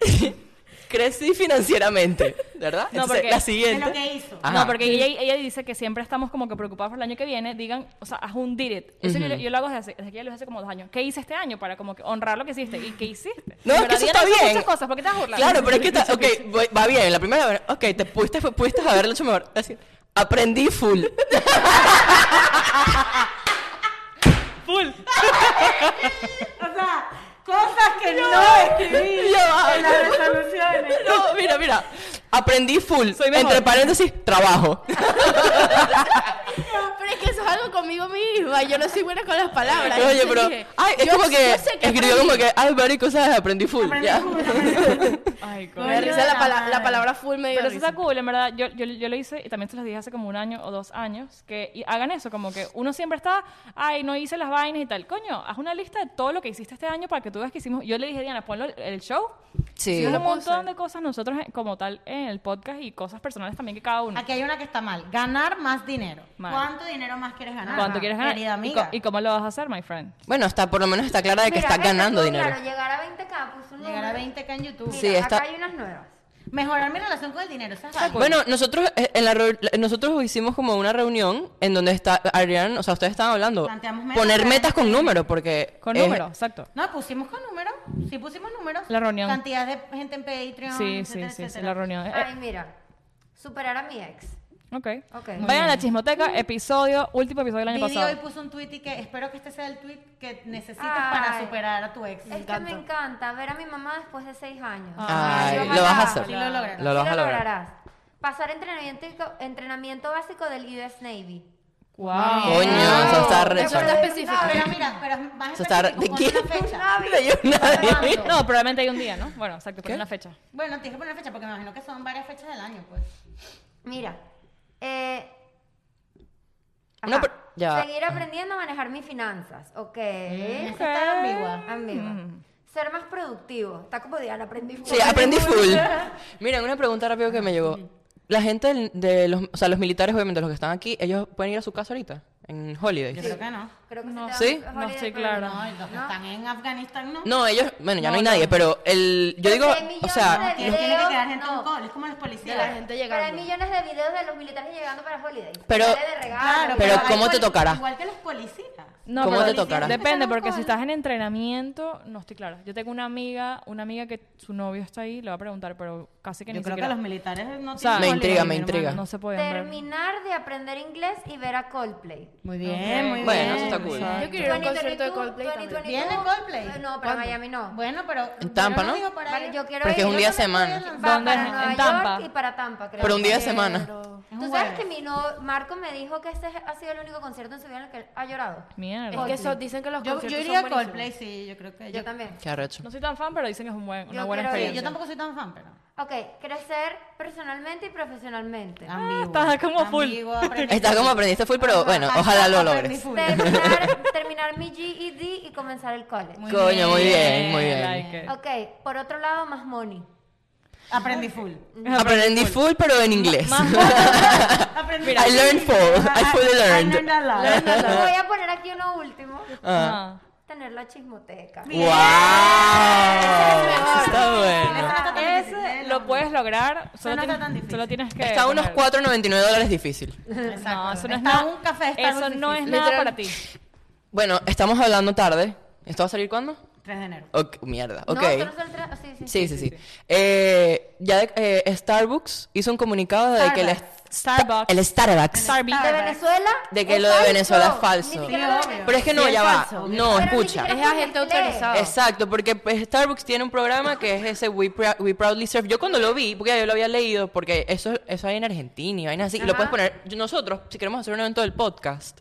[SPEAKER 3] Crecí financieramente, ¿verdad?
[SPEAKER 2] No,
[SPEAKER 3] Entonces,
[SPEAKER 2] porque-
[SPEAKER 3] la
[SPEAKER 1] De
[SPEAKER 3] siguiente...
[SPEAKER 1] lo que hizo.
[SPEAKER 3] Ajá.
[SPEAKER 2] No, porque ella, ella dice que siempre estamos como que preocupados por el año que viene. Digan, o sea, haz un did it. Eso yo, yo lo hago desde, hace- desde que ya lo hice hace como dos años. ¿Qué hice este año para como que honrar lo que hiciste? ¿Y qué hiciste?
[SPEAKER 3] No,
[SPEAKER 2] En
[SPEAKER 3] es que
[SPEAKER 2] verdad,
[SPEAKER 3] eso
[SPEAKER 2] Diana
[SPEAKER 3] está
[SPEAKER 2] hizo
[SPEAKER 3] bien.
[SPEAKER 2] muchas cosas, ¿por qué te vas a burlar?
[SPEAKER 3] Claro, pero es que está, ok, voy- va bien, la primera vez, ok, te pudiste, pudiste haberlo hecho mejor. Así, aprendí full.
[SPEAKER 1] O sea, cosas que no escribí
[SPEAKER 3] Yo, ay,
[SPEAKER 1] en las resoluciones.
[SPEAKER 3] No, mira, mira, aprendí full,
[SPEAKER 2] Soy mejor.
[SPEAKER 3] entre paréntesis, trabajo.
[SPEAKER 4] Pero es que eso es algo conmigo misma. Yo no soy buena con las palabras.
[SPEAKER 3] Oye,
[SPEAKER 4] Entonces
[SPEAKER 3] pero,
[SPEAKER 4] dije,
[SPEAKER 3] ay, es
[SPEAKER 4] yo-
[SPEAKER 3] como que,
[SPEAKER 4] yo sé
[SPEAKER 3] escribió como que, ay, marico, sabes, aprendí full,
[SPEAKER 1] Aprendí
[SPEAKER 3] ya.
[SPEAKER 1] full, aprendí full.
[SPEAKER 2] Ay,
[SPEAKER 4] Me da
[SPEAKER 1] Coño
[SPEAKER 4] risa la,
[SPEAKER 1] la
[SPEAKER 4] pala-
[SPEAKER 1] madre.
[SPEAKER 4] la palabra full me dio
[SPEAKER 2] Pero eso
[SPEAKER 4] risa.
[SPEAKER 2] está cool, en verdad. Yo, yo, yo lo hice y también se los dije hace como un año o dos años. Que y hagan eso, como que uno siempre está, ay, no hice las vainas y tal. Coño, haz una lista de todo lo que hiciste este año para que tú veas que hicimos. Yo le dije a Diana, ponlo el- el show.
[SPEAKER 3] Sí.
[SPEAKER 2] Hicimos
[SPEAKER 4] Yo lo
[SPEAKER 2] un
[SPEAKER 4] puse.
[SPEAKER 2] montón de cosas nosotros eh, como tal en el podcast y cosas personales también que cada uno.
[SPEAKER 1] Aquí hay una que está mal. Ganar más dinero.
[SPEAKER 2] Mal.
[SPEAKER 1] ¿Cuánto dinero más quieres ganar?
[SPEAKER 2] ¿Cuánto
[SPEAKER 1] Ajá,
[SPEAKER 2] quieres ganar?
[SPEAKER 1] Ah, Querida
[SPEAKER 2] ¿Y,
[SPEAKER 1] amiga.
[SPEAKER 2] co- y cómo lo vas a hacer, my friend?
[SPEAKER 3] Bueno, está, por lo menos está clara de que
[SPEAKER 5] Mira,
[SPEAKER 3] está
[SPEAKER 5] este
[SPEAKER 3] ganando
[SPEAKER 5] estuvo
[SPEAKER 3] dinero.
[SPEAKER 5] Claro, llegar a 20k puso un
[SPEAKER 1] Llegar a
[SPEAKER 5] número.
[SPEAKER 1] 20k en YouTube.
[SPEAKER 5] Mira,
[SPEAKER 3] Sí, está-
[SPEAKER 5] acá hay unas nuevas.
[SPEAKER 1] Mejorar mi relación con el dinero. ¿sabes?
[SPEAKER 3] Bueno, nosotros eh, en la reu- la- nosotros hicimos como una reunión en donde está Adrián, o sea, ustedes estaban hablando
[SPEAKER 1] Planteamos metas,
[SPEAKER 3] poner
[SPEAKER 1] pero-
[SPEAKER 3] metas con números porque
[SPEAKER 2] Con
[SPEAKER 3] eh,
[SPEAKER 2] números, exacto.
[SPEAKER 1] No, pusimos con números. Sí, pusimos números.
[SPEAKER 2] La reunión.
[SPEAKER 1] Cantidad de gente en Patreon.
[SPEAKER 2] Sí, sí,
[SPEAKER 1] etcétera,
[SPEAKER 2] sí, sí,
[SPEAKER 1] etcétera.
[SPEAKER 2] la reunión. Eh,
[SPEAKER 5] Ay, mira. Superar a mi ex.
[SPEAKER 2] ok.
[SPEAKER 5] Ok. Muy
[SPEAKER 2] Vayan a la chismoteca, episodio, último episodio del año
[SPEAKER 1] Didi hoy
[SPEAKER 2] pasado.
[SPEAKER 1] puso un tweet y que espero que este sea el tweet que necesitas
[SPEAKER 5] Ay.
[SPEAKER 1] para superar a tu ex.
[SPEAKER 5] Es que me encanta ver a mi mamá después de seis años.
[SPEAKER 3] Ay,
[SPEAKER 5] Sí,
[SPEAKER 3] lo vas a
[SPEAKER 5] ojalá.
[SPEAKER 3] hacer.
[SPEAKER 1] Sí lo lograrás.
[SPEAKER 3] Lo vas
[SPEAKER 5] Sí
[SPEAKER 3] a
[SPEAKER 5] lo
[SPEAKER 3] lograr.
[SPEAKER 5] lograrás. Pasar entrenamiento, entrenamiento básico del US Navy.
[SPEAKER 2] Wow.
[SPEAKER 3] Coño, eso está re...
[SPEAKER 4] Eso
[SPEAKER 3] eso
[SPEAKER 4] está
[SPEAKER 3] está-
[SPEAKER 4] específico.
[SPEAKER 1] Pero mira, pero es más
[SPEAKER 3] eso está re- ¿De
[SPEAKER 1] específico,
[SPEAKER 3] quién?
[SPEAKER 1] pon una fecha.
[SPEAKER 3] De nadie.
[SPEAKER 1] ¿Cuándo?
[SPEAKER 2] No, probablemente hay un día, ¿no? Bueno, exacto,
[SPEAKER 3] ¿Qué?
[SPEAKER 2] ponen la fecha.
[SPEAKER 1] Bueno, tienes que poner fecha porque me imagino que son varias fechas del año, pues.
[SPEAKER 5] Mira. eh,
[SPEAKER 3] No,
[SPEAKER 5] ajá.
[SPEAKER 3] pero- ya.
[SPEAKER 5] Seguir aprendiendo a manejar mis finanzas. Ok.
[SPEAKER 1] Esa está ambigua.
[SPEAKER 5] Amiga. Ser más productivo. Está como Diana, aprendí full.
[SPEAKER 3] Mm. Sí, aprendí full. Miren, una pregunta rápido que me llegó. La gente del- de los, o sea, los militares obviamente los que están aquí, ellos pueden ir a su casa ahorita en holidays.
[SPEAKER 1] Yo creo que no.
[SPEAKER 5] Creo que
[SPEAKER 2] No
[SPEAKER 5] se
[SPEAKER 3] sé.
[SPEAKER 5] te va
[SPEAKER 2] No
[SPEAKER 5] holiday
[SPEAKER 2] estoy
[SPEAKER 5] por-
[SPEAKER 2] clara.
[SPEAKER 1] No, y los que están en Afganistán no.
[SPEAKER 3] No, ellos, bueno, ya no,
[SPEAKER 2] No,
[SPEAKER 3] hay
[SPEAKER 2] no.
[SPEAKER 3] nadie, pero el yo
[SPEAKER 5] Pero
[SPEAKER 3] digo,
[SPEAKER 5] si hay
[SPEAKER 3] o
[SPEAKER 5] millones
[SPEAKER 3] sea,
[SPEAKER 5] de-
[SPEAKER 1] Tiene tiene que
[SPEAKER 5] Videos,
[SPEAKER 1] quedar gente en
[SPEAKER 5] no.
[SPEAKER 1] call. Es como los policías.
[SPEAKER 4] De la gente
[SPEAKER 5] Pero hay
[SPEAKER 4] llegando.
[SPEAKER 5] millones de videos de los militares llegando para holidays.
[SPEAKER 3] Pero-
[SPEAKER 5] Sale de regalo,
[SPEAKER 1] Claro,
[SPEAKER 3] Pero
[SPEAKER 1] hay
[SPEAKER 3] ¿cómo te
[SPEAKER 1] poli-
[SPEAKER 3] tocará?
[SPEAKER 1] Igual que los policías.
[SPEAKER 2] No,
[SPEAKER 3] ¿Cómo
[SPEAKER 2] pero
[SPEAKER 3] te
[SPEAKER 2] depende,
[SPEAKER 3] tocará?
[SPEAKER 2] Depende, porque
[SPEAKER 5] Empezamos
[SPEAKER 2] si estás en entrenamiento, no estoy clara. Yo tengo una amiga, una amiga que su novio está ahí, le voy a preguntar, pero casi que
[SPEAKER 1] Yo
[SPEAKER 2] ni
[SPEAKER 1] creo que
[SPEAKER 2] siquiera-
[SPEAKER 1] los militares no tienen
[SPEAKER 2] O sea,
[SPEAKER 3] Me intriga,
[SPEAKER 1] holiday,
[SPEAKER 3] me
[SPEAKER 1] mi
[SPEAKER 3] intriga.
[SPEAKER 1] hermano.
[SPEAKER 2] No se podían ver.
[SPEAKER 5] Terminar de aprender inglés y ver a Coldplay.
[SPEAKER 1] Muy bien, muy bien.
[SPEAKER 3] Bueno, eso está cool.
[SPEAKER 4] Yo quiero ir a un concierto de Coldplay también.
[SPEAKER 5] 2022.
[SPEAKER 1] ¿Viene Coldplay?
[SPEAKER 5] Eh, No, pero
[SPEAKER 1] ¿Cuándo?
[SPEAKER 5] en Miami no.
[SPEAKER 1] Bueno, pero...
[SPEAKER 3] En Tampa,
[SPEAKER 1] pero
[SPEAKER 3] ¿no?
[SPEAKER 1] digo para
[SPEAKER 5] Vale,
[SPEAKER 1] ir.
[SPEAKER 5] yo quiero
[SPEAKER 3] Porque es
[SPEAKER 5] ir.
[SPEAKER 3] un día
[SPEAKER 5] Yo también
[SPEAKER 3] semana.
[SPEAKER 5] quiero ir
[SPEAKER 2] Va ¿Dónde?
[SPEAKER 5] para
[SPEAKER 2] en
[SPEAKER 5] Nueva
[SPEAKER 2] Tampa.
[SPEAKER 5] York y para Tampa, creo.
[SPEAKER 3] pero un día de semana.
[SPEAKER 1] Es un
[SPEAKER 5] Tú sabes
[SPEAKER 1] jueves.
[SPEAKER 5] que mi no, Marco me dijo que este ha sido el único concierto en su vida en el que él ha llorado.
[SPEAKER 2] Mierda.
[SPEAKER 4] Es que eso, dicen que los
[SPEAKER 1] Yo,
[SPEAKER 4] conciertos
[SPEAKER 1] yo
[SPEAKER 4] son
[SPEAKER 1] iría a
[SPEAKER 4] buenísimos.
[SPEAKER 1] Coldplay, sí, yo creo que...
[SPEAKER 5] Yo también.
[SPEAKER 3] Qué arrecho.
[SPEAKER 2] No soy tan fan, pero dicen que es un buen, una
[SPEAKER 5] Yo
[SPEAKER 2] buena
[SPEAKER 5] quiero ir.
[SPEAKER 1] Sí,
[SPEAKER 2] experiencia.
[SPEAKER 1] yo tampoco soy tan fan, pero...
[SPEAKER 5] Ok, crecer personalmente y profesionalmente.
[SPEAKER 1] Ambiguo.
[SPEAKER 2] estás como full.
[SPEAKER 1] Ambiguo, aprendí.
[SPEAKER 3] Está como aprendiste full, pero bueno, ojalá lo
[SPEAKER 1] Aprendí
[SPEAKER 3] logres.
[SPEAKER 1] full.
[SPEAKER 5] Terminar, terminar mi GED y comenzar el college.
[SPEAKER 1] Muy
[SPEAKER 3] Coño, muy bien, muy
[SPEAKER 2] I
[SPEAKER 3] bien.
[SPEAKER 2] like it.
[SPEAKER 5] Ok, por otro lado, más money.
[SPEAKER 1] Aprendí full.
[SPEAKER 3] Aprendí full, pero en inglés.
[SPEAKER 1] Aprendí
[SPEAKER 3] I learned full. I fully learned.
[SPEAKER 1] I learned a lot.
[SPEAKER 5] Voy a poner aquí uno último.
[SPEAKER 3] Ah.
[SPEAKER 5] Tener la chismoteca.
[SPEAKER 3] ¡Wow! Eso Está bueno.
[SPEAKER 1] Eso no está tan difícil,
[SPEAKER 2] Ese
[SPEAKER 1] ¿eh?
[SPEAKER 2] lo puedes lograr. Solo,
[SPEAKER 1] no está
[SPEAKER 2] tienes,
[SPEAKER 1] tan difícil.
[SPEAKER 2] solo tienes que.
[SPEAKER 3] Está a unos
[SPEAKER 2] poner.
[SPEAKER 3] 4.99 dólares difícil.
[SPEAKER 1] Exacto.
[SPEAKER 2] No, eso no es
[SPEAKER 1] Está
[SPEAKER 2] nada.
[SPEAKER 1] un café de
[SPEAKER 2] eso
[SPEAKER 1] Starbucks
[SPEAKER 2] no es
[SPEAKER 1] difícil.
[SPEAKER 2] nada
[SPEAKER 4] Literal.
[SPEAKER 2] para ti.
[SPEAKER 3] Bueno, estamos hablando tarde. ¿Esto va a salir cuándo?
[SPEAKER 1] 3 de enero.
[SPEAKER 3] Ok, mierda, ok.
[SPEAKER 5] No, solo son tres. ah, Sí, sí.
[SPEAKER 3] Sí, sí, sí. Eh, ya de- eh, Starbucks hizo un comunicado de que el, est-
[SPEAKER 2] Starbucks.
[SPEAKER 3] el Starbucks.
[SPEAKER 2] Starbucks.
[SPEAKER 5] De Venezuela.
[SPEAKER 3] De que
[SPEAKER 5] es
[SPEAKER 3] lo de
[SPEAKER 5] falso.
[SPEAKER 3] Venezuela es falso.
[SPEAKER 5] Ni siquiera
[SPEAKER 1] Sí,
[SPEAKER 5] lo-
[SPEAKER 3] Pero es que no,
[SPEAKER 4] Sí, es
[SPEAKER 3] ya va. No,
[SPEAKER 4] falso.
[SPEAKER 5] Pero ni
[SPEAKER 3] escucha.
[SPEAKER 5] siquiera
[SPEAKER 4] Es agente
[SPEAKER 5] pueden leer.
[SPEAKER 4] autorizado.
[SPEAKER 3] Exacto, porque pues, Starbucks tiene un programa que es ese We, Prou- We Proudly Serve. Yo cuando lo vi, porque ya yo lo había leído, porque eso, eso hay en Argentina y vainas así, y lo puedes poner. yo- Nosotros, si queremos hacer un evento del podcast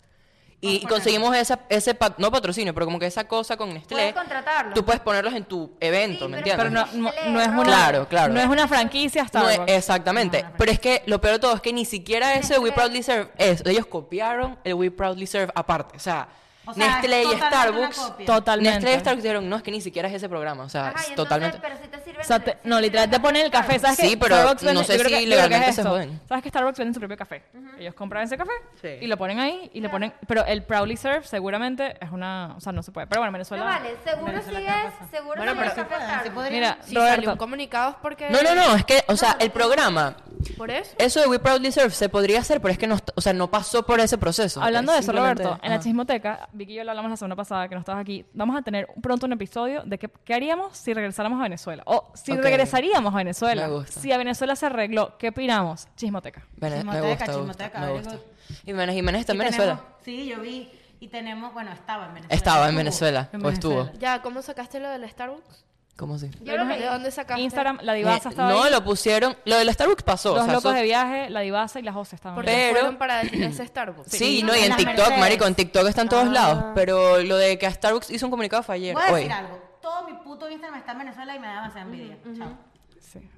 [SPEAKER 3] y, y conseguimos esa, ese, pat- no patrocinio, pero como que esa cosa con Nestlé,
[SPEAKER 5] Puedes contratarlo.
[SPEAKER 3] tú puedes ponerlos en tu evento,
[SPEAKER 5] Sí,
[SPEAKER 3] ¿me
[SPEAKER 5] pero-
[SPEAKER 3] entiendes?
[SPEAKER 2] Pero no, no- no es una.
[SPEAKER 3] Claro, claro.
[SPEAKER 2] No es una franquicia
[SPEAKER 3] No,
[SPEAKER 2] Starbucks.
[SPEAKER 3] exactamente. pero es que lo peor de todo es que ni siquiera ese We Proudly Serve es. Ellos copiaron el We Proudly Serve aparte. O sea,
[SPEAKER 1] O sea,
[SPEAKER 3] Nestlé y
[SPEAKER 1] totalmente una
[SPEAKER 3] Starbucks.
[SPEAKER 1] copia.
[SPEAKER 2] Totalmente.
[SPEAKER 3] Nestlé y Starbucks dijeron, no, es que ni siquiera es ese programa. O sea,
[SPEAKER 5] Ajá, y
[SPEAKER 3] es
[SPEAKER 5] entonces,
[SPEAKER 3] totalmente.
[SPEAKER 5] Pero si te sirven.
[SPEAKER 2] O sea, te- no, literal, te ponen el café. ¿Sabes
[SPEAKER 3] Sí,
[SPEAKER 2] que
[SPEAKER 3] pero no
[SPEAKER 2] vende-
[SPEAKER 3] sé
[SPEAKER 2] yo creo
[SPEAKER 3] si
[SPEAKER 2] que- yo creo que es
[SPEAKER 3] legalmente se
[SPEAKER 2] esto.
[SPEAKER 3] joden.
[SPEAKER 2] ¿Sabes que Starbucks vende su propio café? Ellos compran ese café
[SPEAKER 3] Sí.
[SPEAKER 2] y lo ponen ahí y le ponen... Pero el Proudly Serve seguramente es una... O sea, no se puede. Pero bueno, en Venezuela...
[SPEAKER 5] No vale, seguro sí es. Seguro
[SPEAKER 4] Bueno,
[SPEAKER 5] sí
[SPEAKER 4] pero
[SPEAKER 5] es
[SPEAKER 1] Sí
[SPEAKER 5] café Ah,
[SPEAKER 1] pueden, sí
[SPEAKER 5] Starbucks.
[SPEAKER 1] podrían.
[SPEAKER 2] Mira,
[SPEAKER 4] Si salió un
[SPEAKER 2] Roberto...
[SPEAKER 4] comunicado es porque...
[SPEAKER 3] No, no, no, es que, o sea, el programa,
[SPEAKER 4] Por eso.
[SPEAKER 3] eso de We Proudly Serve se podría hacer, pero es que no, está- o sea, no pasó por ese proceso.
[SPEAKER 2] Hablando
[SPEAKER 3] Es
[SPEAKER 2] de eso,
[SPEAKER 3] simplemente-
[SPEAKER 2] Roberto, en la
[SPEAKER 3] ajá.
[SPEAKER 2] chismoteca, Vicky y yo lo hablamos la semana pasada, que no estabas aquí, vamos a tener pronto un episodio de qué, qué haríamos si regresáramos a Venezuela. O si
[SPEAKER 3] Ok.
[SPEAKER 2] regresaríamos a Venezuela.
[SPEAKER 3] Me gusta.
[SPEAKER 2] Si a Venezuela se arregló, ¿qué opinamos? Chismoteca.
[SPEAKER 3] Vene- me
[SPEAKER 1] Chismoteca,
[SPEAKER 3] gusta,
[SPEAKER 1] chismoteca,
[SPEAKER 3] me
[SPEAKER 1] algo-
[SPEAKER 3] gusta. Jiménez, Jiménez está en
[SPEAKER 1] Y
[SPEAKER 3] Venezuela.
[SPEAKER 1] tenemos- sí, yo vi. Y tenemos, bueno, estaba en Venezuela.
[SPEAKER 3] Estaba en
[SPEAKER 1] Estuvo
[SPEAKER 3] Venezuela, o estuvo.
[SPEAKER 1] Uh, Venezuela.
[SPEAKER 4] Ya, ¿cómo sacaste lo del Starbucks?
[SPEAKER 3] ¿Cómo así?
[SPEAKER 5] Yo lo
[SPEAKER 4] ¿De
[SPEAKER 5] leí.
[SPEAKER 4] dónde sacaste?
[SPEAKER 2] Instagram, la divasa
[SPEAKER 3] Eh,
[SPEAKER 2] estaba
[SPEAKER 3] no,
[SPEAKER 2] ahí,
[SPEAKER 3] lo pusieron, lo del Starbucks pasó. o
[SPEAKER 2] Los
[SPEAKER 3] sea,
[SPEAKER 2] locos
[SPEAKER 3] eso-
[SPEAKER 2] de viaje, la divasa y la Jose estaban ahí.
[SPEAKER 4] Porque
[SPEAKER 3] Pero-
[SPEAKER 4] fueron para ese Starbucks.
[SPEAKER 3] Sí,
[SPEAKER 1] Sí,
[SPEAKER 3] no, y
[SPEAKER 1] en
[SPEAKER 3] en
[SPEAKER 1] las
[SPEAKER 3] TikTok,
[SPEAKER 1] Mercedes.
[SPEAKER 3] marico, en TikTok está en todos lados. Pero lo de que Starbucks hizo un comunicado fue ayer.
[SPEAKER 1] Voy a
[SPEAKER 3] hoy.
[SPEAKER 1] decir algo. Todo mi puto Instagram está en Venezuela y me da demasiada envidia. Chao.
[SPEAKER 2] Sí.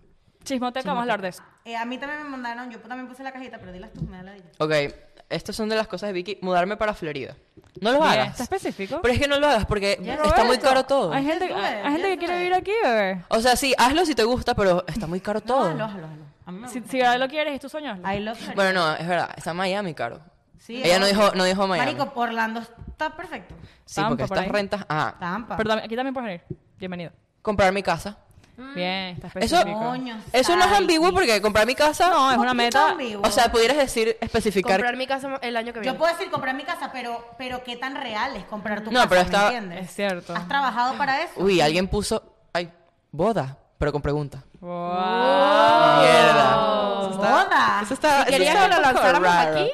[SPEAKER 2] Chismoteca, vamos a hablar de eso.
[SPEAKER 1] Eh, a mí también me mandaron, yo también puse la cajita, pero dilas tú, me da la idea.
[SPEAKER 3] Ok, estas son de las cosas de Vicky. Mudarme para Florida. No lo
[SPEAKER 2] Bien,
[SPEAKER 3] hagas.
[SPEAKER 2] ¿está específico?
[SPEAKER 3] Pero es que no lo hagas porque está muy
[SPEAKER 2] Roberto,
[SPEAKER 3] caro todo.
[SPEAKER 2] Hay gente,
[SPEAKER 1] Yes,
[SPEAKER 2] hay-
[SPEAKER 1] yes,
[SPEAKER 2] hay gente que
[SPEAKER 1] yes.
[SPEAKER 2] quiere vivir aquí, bebé.
[SPEAKER 3] O sea, sí, hazlo si te gusta, pero está muy caro todo.
[SPEAKER 1] Hazlo, hazlo, hazlo. A
[SPEAKER 4] Ah.
[SPEAKER 1] mí me
[SPEAKER 2] Si,
[SPEAKER 1] gusta.
[SPEAKER 2] si de verdad lo quieres, es tu sueño. hazlo.
[SPEAKER 1] I love Florida.
[SPEAKER 3] Bueno, no, es verdad, está Miami caro.
[SPEAKER 1] Sí,
[SPEAKER 3] Ella no
[SPEAKER 1] obvio.
[SPEAKER 3] dijo, no dijo Miami.
[SPEAKER 1] Marico, Orlando está perfecto.
[SPEAKER 3] sí, porque
[SPEAKER 2] Tampa, por
[SPEAKER 3] estas
[SPEAKER 2] ahí.
[SPEAKER 3] rentas. Ah,
[SPEAKER 1] Tampa.
[SPEAKER 2] Pero también- aquí también puedes venir. Bienvenido.
[SPEAKER 3] comprar mi casa.
[SPEAKER 4] Ah.
[SPEAKER 2] Bien, está
[SPEAKER 3] Eso,
[SPEAKER 2] específico.
[SPEAKER 1] Coño,
[SPEAKER 3] eso no es
[SPEAKER 1] Sai,
[SPEAKER 3] ambiguo
[SPEAKER 1] sí.
[SPEAKER 3] porque comprar mi casa.
[SPEAKER 2] No, es
[SPEAKER 1] Un
[SPEAKER 2] una
[SPEAKER 1] poquito
[SPEAKER 2] meta.
[SPEAKER 1] ambiguo.
[SPEAKER 3] O sea, pues, pudieras decir, especificar.
[SPEAKER 4] Comprar mi casa el año que viene.
[SPEAKER 1] yo puedo decir comprar mi casa, pero, pero qué tan real es comprar tu
[SPEAKER 3] No,
[SPEAKER 1] casa,
[SPEAKER 3] pero
[SPEAKER 1] ¿me
[SPEAKER 3] está-
[SPEAKER 1] entiendes?
[SPEAKER 2] Es cierto.
[SPEAKER 1] ¿Has trabajado para eso?
[SPEAKER 3] Uy, alguien puso. Ay, boda, pero con pregunta.
[SPEAKER 2] Wow. Oh.
[SPEAKER 3] Mierda.
[SPEAKER 1] ¡Boda!
[SPEAKER 3] Eso está, eso
[SPEAKER 4] ¿Querías
[SPEAKER 3] está
[SPEAKER 4] que
[SPEAKER 3] un
[SPEAKER 4] lo
[SPEAKER 3] poco
[SPEAKER 4] lanzáramos
[SPEAKER 3] raro.
[SPEAKER 4] aquí?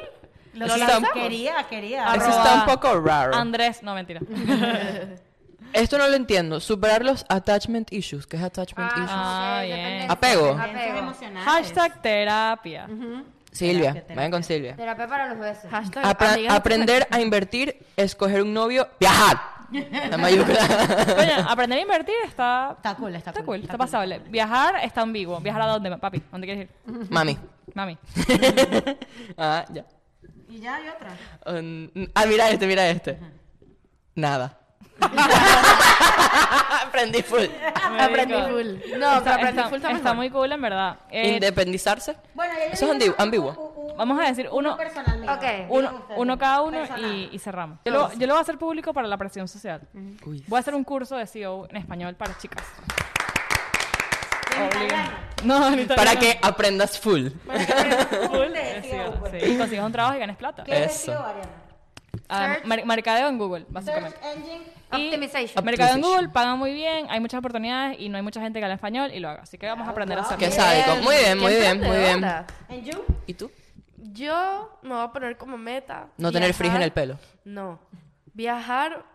[SPEAKER 1] Lo
[SPEAKER 3] Eso
[SPEAKER 1] que
[SPEAKER 3] está un-
[SPEAKER 1] quería, quería.
[SPEAKER 3] Eso
[SPEAKER 2] Arroba.
[SPEAKER 3] está un poco raro.
[SPEAKER 2] Andrés, no, mentira.
[SPEAKER 3] Esto no lo entiendo. Superar los attachment issues. ¿Qué es attachment issues?
[SPEAKER 2] Ah,
[SPEAKER 5] ok,
[SPEAKER 2] bien.
[SPEAKER 5] dependencia,
[SPEAKER 3] Apego.
[SPEAKER 5] dependencias
[SPEAKER 1] Apego.
[SPEAKER 5] emocionales.
[SPEAKER 2] Hashtag terapia.
[SPEAKER 3] Silvia,
[SPEAKER 1] terapia,
[SPEAKER 3] vayan con Silvia.
[SPEAKER 5] Terapia para los besos.
[SPEAKER 4] Hashtag
[SPEAKER 3] Apra-
[SPEAKER 4] amigas.
[SPEAKER 3] aprender a invertir, escoger un novio, viajar. La mayúscula.
[SPEAKER 2] Coño, aprender a invertir está.
[SPEAKER 1] Está cool, está cool,
[SPEAKER 2] Está,
[SPEAKER 1] está cool,
[SPEAKER 2] pasable.
[SPEAKER 1] está
[SPEAKER 2] Viajar está ambiguo. ¿Viajar a dónde, papi? ¿Dónde quieres ir?
[SPEAKER 3] Mami.
[SPEAKER 2] Mami.
[SPEAKER 3] ah, ya.
[SPEAKER 1] Y ya hay otra.
[SPEAKER 3] Um, ah, mira este, mira este. Nada. Aprendí full.
[SPEAKER 4] Aprendí
[SPEAKER 2] Marico.
[SPEAKER 4] full. No, pero aprendí
[SPEAKER 2] está,
[SPEAKER 4] full
[SPEAKER 2] está
[SPEAKER 4] está mejor.
[SPEAKER 2] muy cool, en verdad. Eh,
[SPEAKER 3] Independizarse.
[SPEAKER 1] Bueno, ya yo
[SPEAKER 3] Eso es
[SPEAKER 1] dije
[SPEAKER 3] ambigu- ambiguo.
[SPEAKER 1] un- un-
[SPEAKER 2] Vamos a decir uno-
[SPEAKER 1] personal mío.
[SPEAKER 5] Ok.
[SPEAKER 1] Digan
[SPEAKER 2] uno,
[SPEAKER 1] ustedes.
[SPEAKER 2] uno cada uno y,
[SPEAKER 1] Personal.
[SPEAKER 2] y cerramos. Yo lo, yo lo voy a hacer público para la presión social.
[SPEAKER 3] Uy.
[SPEAKER 2] Voy a hacer un curso de CEO en español para chicas.
[SPEAKER 1] En italiano.
[SPEAKER 2] No, en italiano.
[SPEAKER 3] Para que aprendas full.
[SPEAKER 1] Para que aprendas full de
[SPEAKER 2] Full
[SPEAKER 1] SEO,
[SPEAKER 2] de CEO,
[SPEAKER 1] pues.
[SPEAKER 2] sí. Y consigas un trabajo y ganes plata.
[SPEAKER 1] ¿Qué es
[SPEAKER 3] Eso.
[SPEAKER 1] SEO, Ariana?
[SPEAKER 2] Ah,
[SPEAKER 5] Search-
[SPEAKER 2] mar- mercadeo en Google,
[SPEAKER 1] Search
[SPEAKER 2] básicamente.
[SPEAKER 1] Engine.
[SPEAKER 2] Y Mercadeo
[SPEAKER 5] Optimization.
[SPEAKER 2] en
[SPEAKER 3] Optimization.
[SPEAKER 2] Google paga muy bien, hay muchas oportunidades y no hay mucha gente que habla español y lo haga. Así que vamos a aprender a hacerlo.
[SPEAKER 3] Qué sádico. Muy bien, muy
[SPEAKER 4] Qué
[SPEAKER 3] bien, muy bien.
[SPEAKER 4] emprendedora.
[SPEAKER 1] ¿En you?
[SPEAKER 3] ¿Y tú?
[SPEAKER 4] Yo me voy a poner como meta.
[SPEAKER 3] No tener frizz en el pelo.
[SPEAKER 4] No. Viajar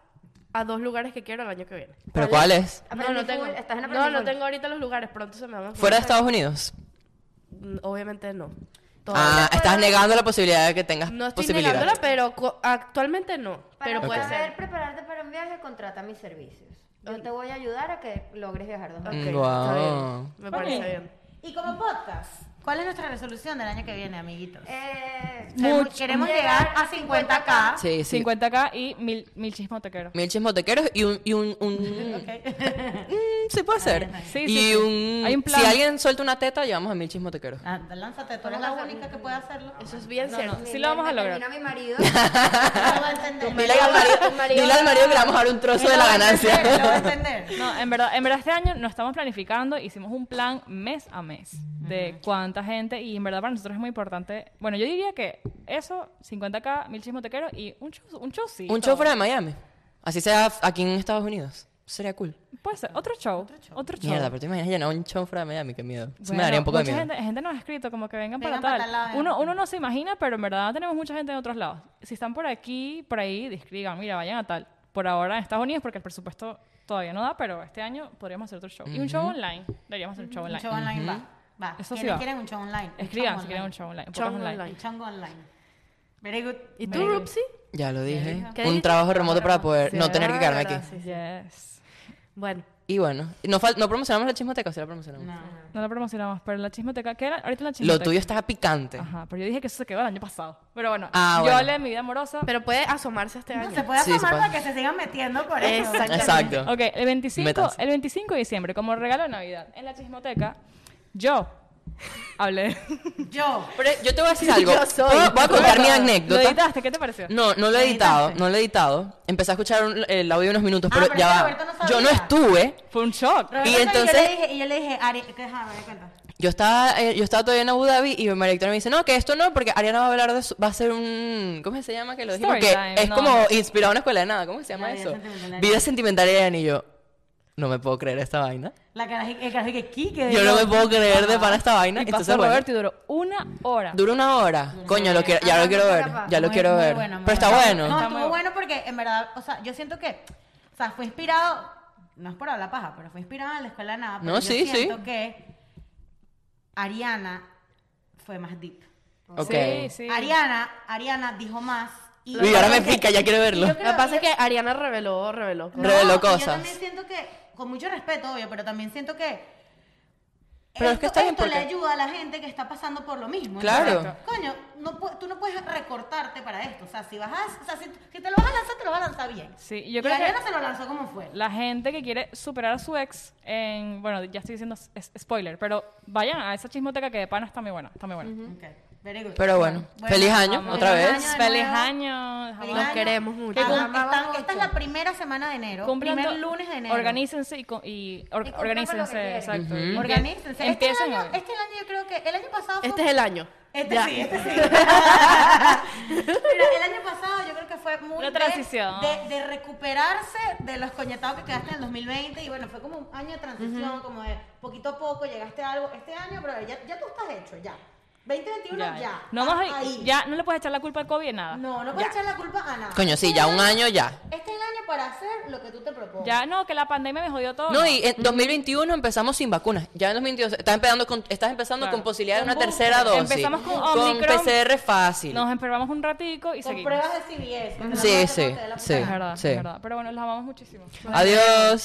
[SPEAKER 4] a dos lugares que quiero el año que viene.
[SPEAKER 3] ¿Pero cuál es?
[SPEAKER 4] No, no tengo.
[SPEAKER 5] Estás en
[SPEAKER 4] No,
[SPEAKER 5] Aprendí
[SPEAKER 4] no
[SPEAKER 5] Full.
[SPEAKER 4] tengo ahorita los lugares. Pronto se me van a
[SPEAKER 3] ¿Fuera de Estados Unidos?
[SPEAKER 4] Mm, Obviamente no. Todavía.
[SPEAKER 3] Ah, estás negando la posibilidad de que tengas
[SPEAKER 4] no estoy
[SPEAKER 3] posibilidad.
[SPEAKER 4] negándola, pero co- actualmente no.
[SPEAKER 5] Para
[SPEAKER 4] Pero puede
[SPEAKER 5] poder
[SPEAKER 4] ser.
[SPEAKER 5] prepararte para un viaje, contrata mis servicios. Yo te voy a ayudar a que logres viajar dos
[SPEAKER 4] Ok,
[SPEAKER 5] veces.
[SPEAKER 3] Mm,
[SPEAKER 4] está
[SPEAKER 3] guau.
[SPEAKER 4] bien. Me parece
[SPEAKER 1] Ok.
[SPEAKER 4] bien.
[SPEAKER 1] Y como podcast, ¿cuál es nuestra resolución del año que viene, amiguitos?
[SPEAKER 2] Mm.
[SPEAKER 5] Eh,
[SPEAKER 1] Queremos-
[SPEAKER 2] Mucho.
[SPEAKER 1] Queremos llegar a 50k.
[SPEAKER 3] Sí, sí.
[SPEAKER 2] 50k y mil, mil chismotequeros.
[SPEAKER 3] Mil chismotequeros y un... Y un, un-
[SPEAKER 1] Ok.
[SPEAKER 3] se puede hacer.
[SPEAKER 1] está bien.
[SPEAKER 2] Sí,
[SPEAKER 3] y
[SPEAKER 2] sí, sí.
[SPEAKER 3] un,
[SPEAKER 2] Hay un plan.
[SPEAKER 3] si alguien suelta una teta, llevamos a mil chismotequeros.
[SPEAKER 1] Ah, lánzate, tú eres la única que puede hacerlo.
[SPEAKER 4] Eso es bien
[SPEAKER 2] No,
[SPEAKER 4] cierto.
[SPEAKER 2] no. Sí lo vamos a lograr.
[SPEAKER 5] Termina mi marido.
[SPEAKER 1] No va a entender.
[SPEAKER 3] Dile al marido, dile al marido que le vamos a dar un trozo de la
[SPEAKER 1] Lo va a
[SPEAKER 3] ganancia.
[SPEAKER 1] entender.
[SPEAKER 2] No, en verdad, en verdad este año nos estamos planificando, hicimos un plan mes a mes de cuánta gente y en verdad para nosotros es muy importante. Bueno, yo diría que eso, 50k, mil chismotequeros y un show, un show sí.
[SPEAKER 3] un show fuera de Miami. Así sea aquí en Estados Unidos. Sería cool.
[SPEAKER 2] Puede ser, otro show, otro show.
[SPEAKER 3] Mierda, pero te imaginas llenar un show fuera de Miami, qué miedo. Eso me
[SPEAKER 2] Bueno,
[SPEAKER 3] daría un poco de
[SPEAKER 2] mucha
[SPEAKER 3] miedo.
[SPEAKER 2] Gente, gente nos ha escrito como que vengan,
[SPEAKER 1] Vengan
[SPEAKER 2] para
[SPEAKER 1] para
[SPEAKER 2] tal.
[SPEAKER 1] tal lado.
[SPEAKER 2] uno, uno no se imagina, pero en verdad tenemos mucha gente en otros lados. Si están por aquí, por ahí, describan, mira, vayan a tal. Por ahora en Estados Unidos, porque el presupuesto todavía no da, pero este año podríamos hacer otro show. Y un show online. Deberíamos hacer un show
[SPEAKER 1] Un
[SPEAKER 2] online.
[SPEAKER 1] show online va. Va.
[SPEAKER 2] Eso sí
[SPEAKER 1] ¿Quiénes
[SPEAKER 2] va.
[SPEAKER 1] quieren un show online? Un
[SPEAKER 2] Escriban
[SPEAKER 1] chongo
[SPEAKER 2] si quieren un
[SPEAKER 1] online.
[SPEAKER 2] show online. un
[SPEAKER 4] Show
[SPEAKER 2] podcast online.
[SPEAKER 4] online.
[SPEAKER 1] Un chongo online. Very good.
[SPEAKER 4] ¿Y
[SPEAKER 2] Very
[SPEAKER 4] tú,
[SPEAKER 2] good.
[SPEAKER 4] Rupsi?
[SPEAKER 3] Ya lo dije.
[SPEAKER 4] ¿Qué
[SPEAKER 3] Un
[SPEAKER 4] dijiste?
[SPEAKER 3] trabajo remoto para poder
[SPEAKER 2] Sí.
[SPEAKER 3] no tener que quedarme
[SPEAKER 4] Ah,
[SPEAKER 3] aquí.
[SPEAKER 4] verdad, sí, sí.
[SPEAKER 2] Yes.
[SPEAKER 4] Bueno,
[SPEAKER 3] Y bueno, no, fal- no promocionamos la chismoteca, sí la promocionamos.
[SPEAKER 2] No la promocionamos, pero la chismoteca. ¿Qué era? Ahorita la
[SPEAKER 3] Lo
[SPEAKER 2] chismoteca.
[SPEAKER 3] tuyo está picante.
[SPEAKER 2] Ajá, pero yo dije que eso se quedó el año pasado. Pero bueno,
[SPEAKER 3] Ah,
[SPEAKER 2] yo
[SPEAKER 3] bueno.
[SPEAKER 2] hablé de mi vida amorosa.
[SPEAKER 4] pero puede asomarse este año.
[SPEAKER 1] Se puede
[SPEAKER 3] Sí, se
[SPEAKER 1] asomar
[SPEAKER 3] puede.
[SPEAKER 1] para que se sigan metiendo por eso.
[SPEAKER 4] Exacto.
[SPEAKER 3] Exacto.
[SPEAKER 2] Ok, el 25,
[SPEAKER 3] Métanse.
[SPEAKER 2] el 25 de diciembre, como regalo de Navidad, en la chismoteca, yo hablé.
[SPEAKER 1] Yo.
[SPEAKER 3] Pero yo te voy a decir algo.
[SPEAKER 4] Yo soy.
[SPEAKER 3] ¿Puedo- voy a contar mi
[SPEAKER 2] ¿Lo
[SPEAKER 3] anécdota.
[SPEAKER 2] editaste? ¿Qué te pareció?
[SPEAKER 3] No, no lo he editado, no lo he editado. Empecé a escuchar un- el audio de unos minutos,
[SPEAKER 1] Ah,
[SPEAKER 3] pero,
[SPEAKER 1] pero
[SPEAKER 3] ya
[SPEAKER 1] es que
[SPEAKER 3] va.
[SPEAKER 1] Roberto no
[SPEAKER 3] yo no
[SPEAKER 1] sabía.
[SPEAKER 3] estuve.
[SPEAKER 2] Fue un shock.
[SPEAKER 1] Roberto, Y yo
[SPEAKER 3] entonces-
[SPEAKER 1] le dije, y yo le dije Ari, que déjame me cuenta.
[SPEAKER 3] Yo estaba, eh, yo estaba todavía en Abu Dhabi y María Victoria me dice, no, que esto no, porque Ariana va a hablar de su- va a hacer un, ¿cómo se llama? Que lo dijimos, que
[SPEAKER 2] Storytime,
[SPEAKER 3] es
[SPEAKER 2] no.
[SPEAKER 3] como inspirado a una escuela de nada, ¿cómo se llama
[SPEAKER 1] La vida
[SPEAKER 3] eso?
[SPEAKER 1] sentimental de
[SPEAKER 3] Vida
[SPEAKER 1] Ariana.
[SPEAKER 3] sentimental de Ariana y yo, no me puedo creer esta vaina.
[SPEAKER 1] La cara, el carajo que Kike.
[SPEAKER 3] Yo no me puedo creer de
[SPEAKER 2] Ajá.
[SPEAKER 3] para esta vaina.
[SPEAKER 2] Y
[SPEAKER 3] Entonces,
[SPEAKER 2] pasó
[SPEAKER 3] bueno,
[SPEAKER 2] Roberto y duró una hora.
[SPEAKER 3] dura una hora. Coño, lo quiero- ya
[SPEAKER 5] Ah,
[SPEAKER 3] lo quiero
[SPEAKER 5] muy
[SPEAKER 3] ver,
[SPEAKER 5] capaz.
[SPEAKER 3] ya lo
[SPEAKER 1] Muy-
[SPEAKER 3] quiero
[SPEAKER 1] muy
[SPEAKER 3] ver.
[SPEAKER 1] bueno, muy
[SPEAKER 3] Pero está
[SPEAKER 1] No,
[SPEAKER 3] bueno.
[SPEAKER 2] Está muy
[SPEAKER 1] estuvo bueno porque en verdad, o sea, yo siento que, o sea, fue inspirado, no es por hablar paja, pero fue inspirado en la escuela de nada. pero
[SPEAKER 3] No,
[SPEAKER 1] yo
[SPEAKER 3] sí, sí.
[SPEAKER 1] siento que Ariana fue más deep.
[SPEAKER 3] Ok.
[SPEAKER 2] Sí, sí.
[SPEAKER 1] Ariana, Ariana dijo más. Y,
[SPEAKER 3] Uy, ahora me pica, ya quiero verlo.
[SPEAKER 4] Lo que pasa es que Ariana reveló, reveló.
[SPEAKER 1] No,
[SPEAKER 3] Reveló
[SPEAKER 1] y
[SPEAKER 3] cosas.
[SPEAKER 1] Yo también siento que, con mucho respeto, obvio, pero también siento que.
[SPEAKER 3] Pero es
[SPEAKER 1] esto-
[SPEAKER 3] que está bien
[SPEAKER 1] esto le
[SPEAKER 3] porque-
[SPEAKER 1] ayuda a la gente que está pasando por lo mismo.
[SPEAKER 3] Claro.
[SPEAKER 1] Entonces, coño, no pu- tú no puedes recortarte para esto. O sea, si vas a- o sea, si, si te lo vas a lanzar, te lo vas a lanzar bien.
[SPEAKER 2] Sí, y
[SPEAKER 1] Yo
[SPEAKER 2] yo creo que
[SPEAKER 1] se lo lanzó como fue.
[SPEAKER 2] la gente que quiere superar a su ex en... Bueno, ya estoy diciendo s- es- spoiler, pero vayan a esa chismoteca que de pana está muy buena, está muy buena.
[SPEAKER 1] Ok, very good.
[SPEAKER 3] Pero bueno, feliz año,
[SPEAKER 1] vamos.
[SPEAKER 3] otra
[SPEAKER 1] Feliz año
[SPEAKER 3] vez.
[SPEAKER 1] de
[SPEAKER 2] ¡Feliz
[SPEAKER 1] nuevo.
[SPEAKER 2] año!
[SPEAKER 1] Feliz
[SPEAKER 4] Los
[SPEAKER 1] año.
[SPEAKER 4] queremos mucho.
[SPEAKER 1] Que cum-
[SPEAKER 5] Amamos
[SPEAKER 1] están-
[SPEAKER 5] mucho.
[SPEAKER 1] esta es la primera semana de enero.
[SPEAKER 2] Cumplan
[SPEAKER 1] primer
[SPEAKER 2] to-
[SPEAKER 1] lunes de enero.
[SPEAKER 2] Organícense y, co- y or-
[SPEAKER 5] Y cumplan con lo que
[SPEAKER 2] organícense,
[SPEAKER 5] quieren.
[SPEAKER 2] exacto.
[SPEAKER 3] Ujú.
[SPEAKER 2] Empie-
[SPEAKER 1] Organícense. Este
[SPEAKER 2] Empiecen
[SPEAKER 1] año,
[SPEAKER 2] hoy.
[SPEAKER 1] este año yo creo que el año pasado fue
[SPEAKER 4] Este es el año.
[SPEAKER 1] Este
[SPEAKER 4] Ya.
[SPEAKER 1] sí, este sí. Mira, el año pasado yo creo que fue muy
[SPEAKER 2] Una
[SPEAKER 1] de-
[SPEAKER 2] transición.
[SPEAKER 1] De, de recuperarse de los coñetados que quedaste en el 2020 y bueno, fue como un año de transición, como de poquito a poco llegaste a algo. Este año, pero ya, ya tú estás hecho, ya. 2021 ya.
[SPEAKER 2] No
[SPEAKER 1] estás
[SPEAKER 2] más, ya no le puedes echar la culpa al COVID en nada.
[SPEAKER 1] No, no puedes echar la culpa a nada.
[SPEAKER 3] Coño, sí,
[SPEAKER 1] Este
[SPEAKER 3] ya
[SPEAKER 1] es el
[SPEAKER 3] un año ya.
[SPEAKER 1] Este es el año para hacer lo que tú te propongas.
[SPEAKER 2] Ya no, que la pandemia me jodió todo.
[SPEAKER 3] No, y en 2021 empezamos sin vacunas. Ya en 2022 estás empezando con, estás empezando
[SPEAKER 2] Claro.
[SPEAKER 3] con posibilidad de
[SPEAKER 2] Con
[SPEAKER 3] una
[SPEAKER 2] booster.
[SPEAKER 3] tercera dosis.
[SPEAKER 2] Empezamos con
[SPEAKER 3] Con
[SPEAKER 2] Omicron.
[SPEAKER 3] PCR fácil.
[SPEAKER 2] Nos esperamos un ratico y
[SPEAKER 1] Con
[SPEAKER 2] seguimos.
[SPEAKER 1] pruebas de CBS. que te las
[SPEAKER 3] Sí,
[SPEAKER 1] vas a hacer cuando
[SPEAKER 3] sí,
[SPEAKER 1] te dé la
[SPEAKER 3] sí.
[SPEAKER 1] puta
[SPEAKER 2] Es
[SPEAKER 1] gana.
[SPEAKER 2] verdad,
[SPEAKER 3] Sí.
[SPEAKER 2] es verdad. Pero bueno, los amamos muchísimo.
[SPEAKER 3] Adiós.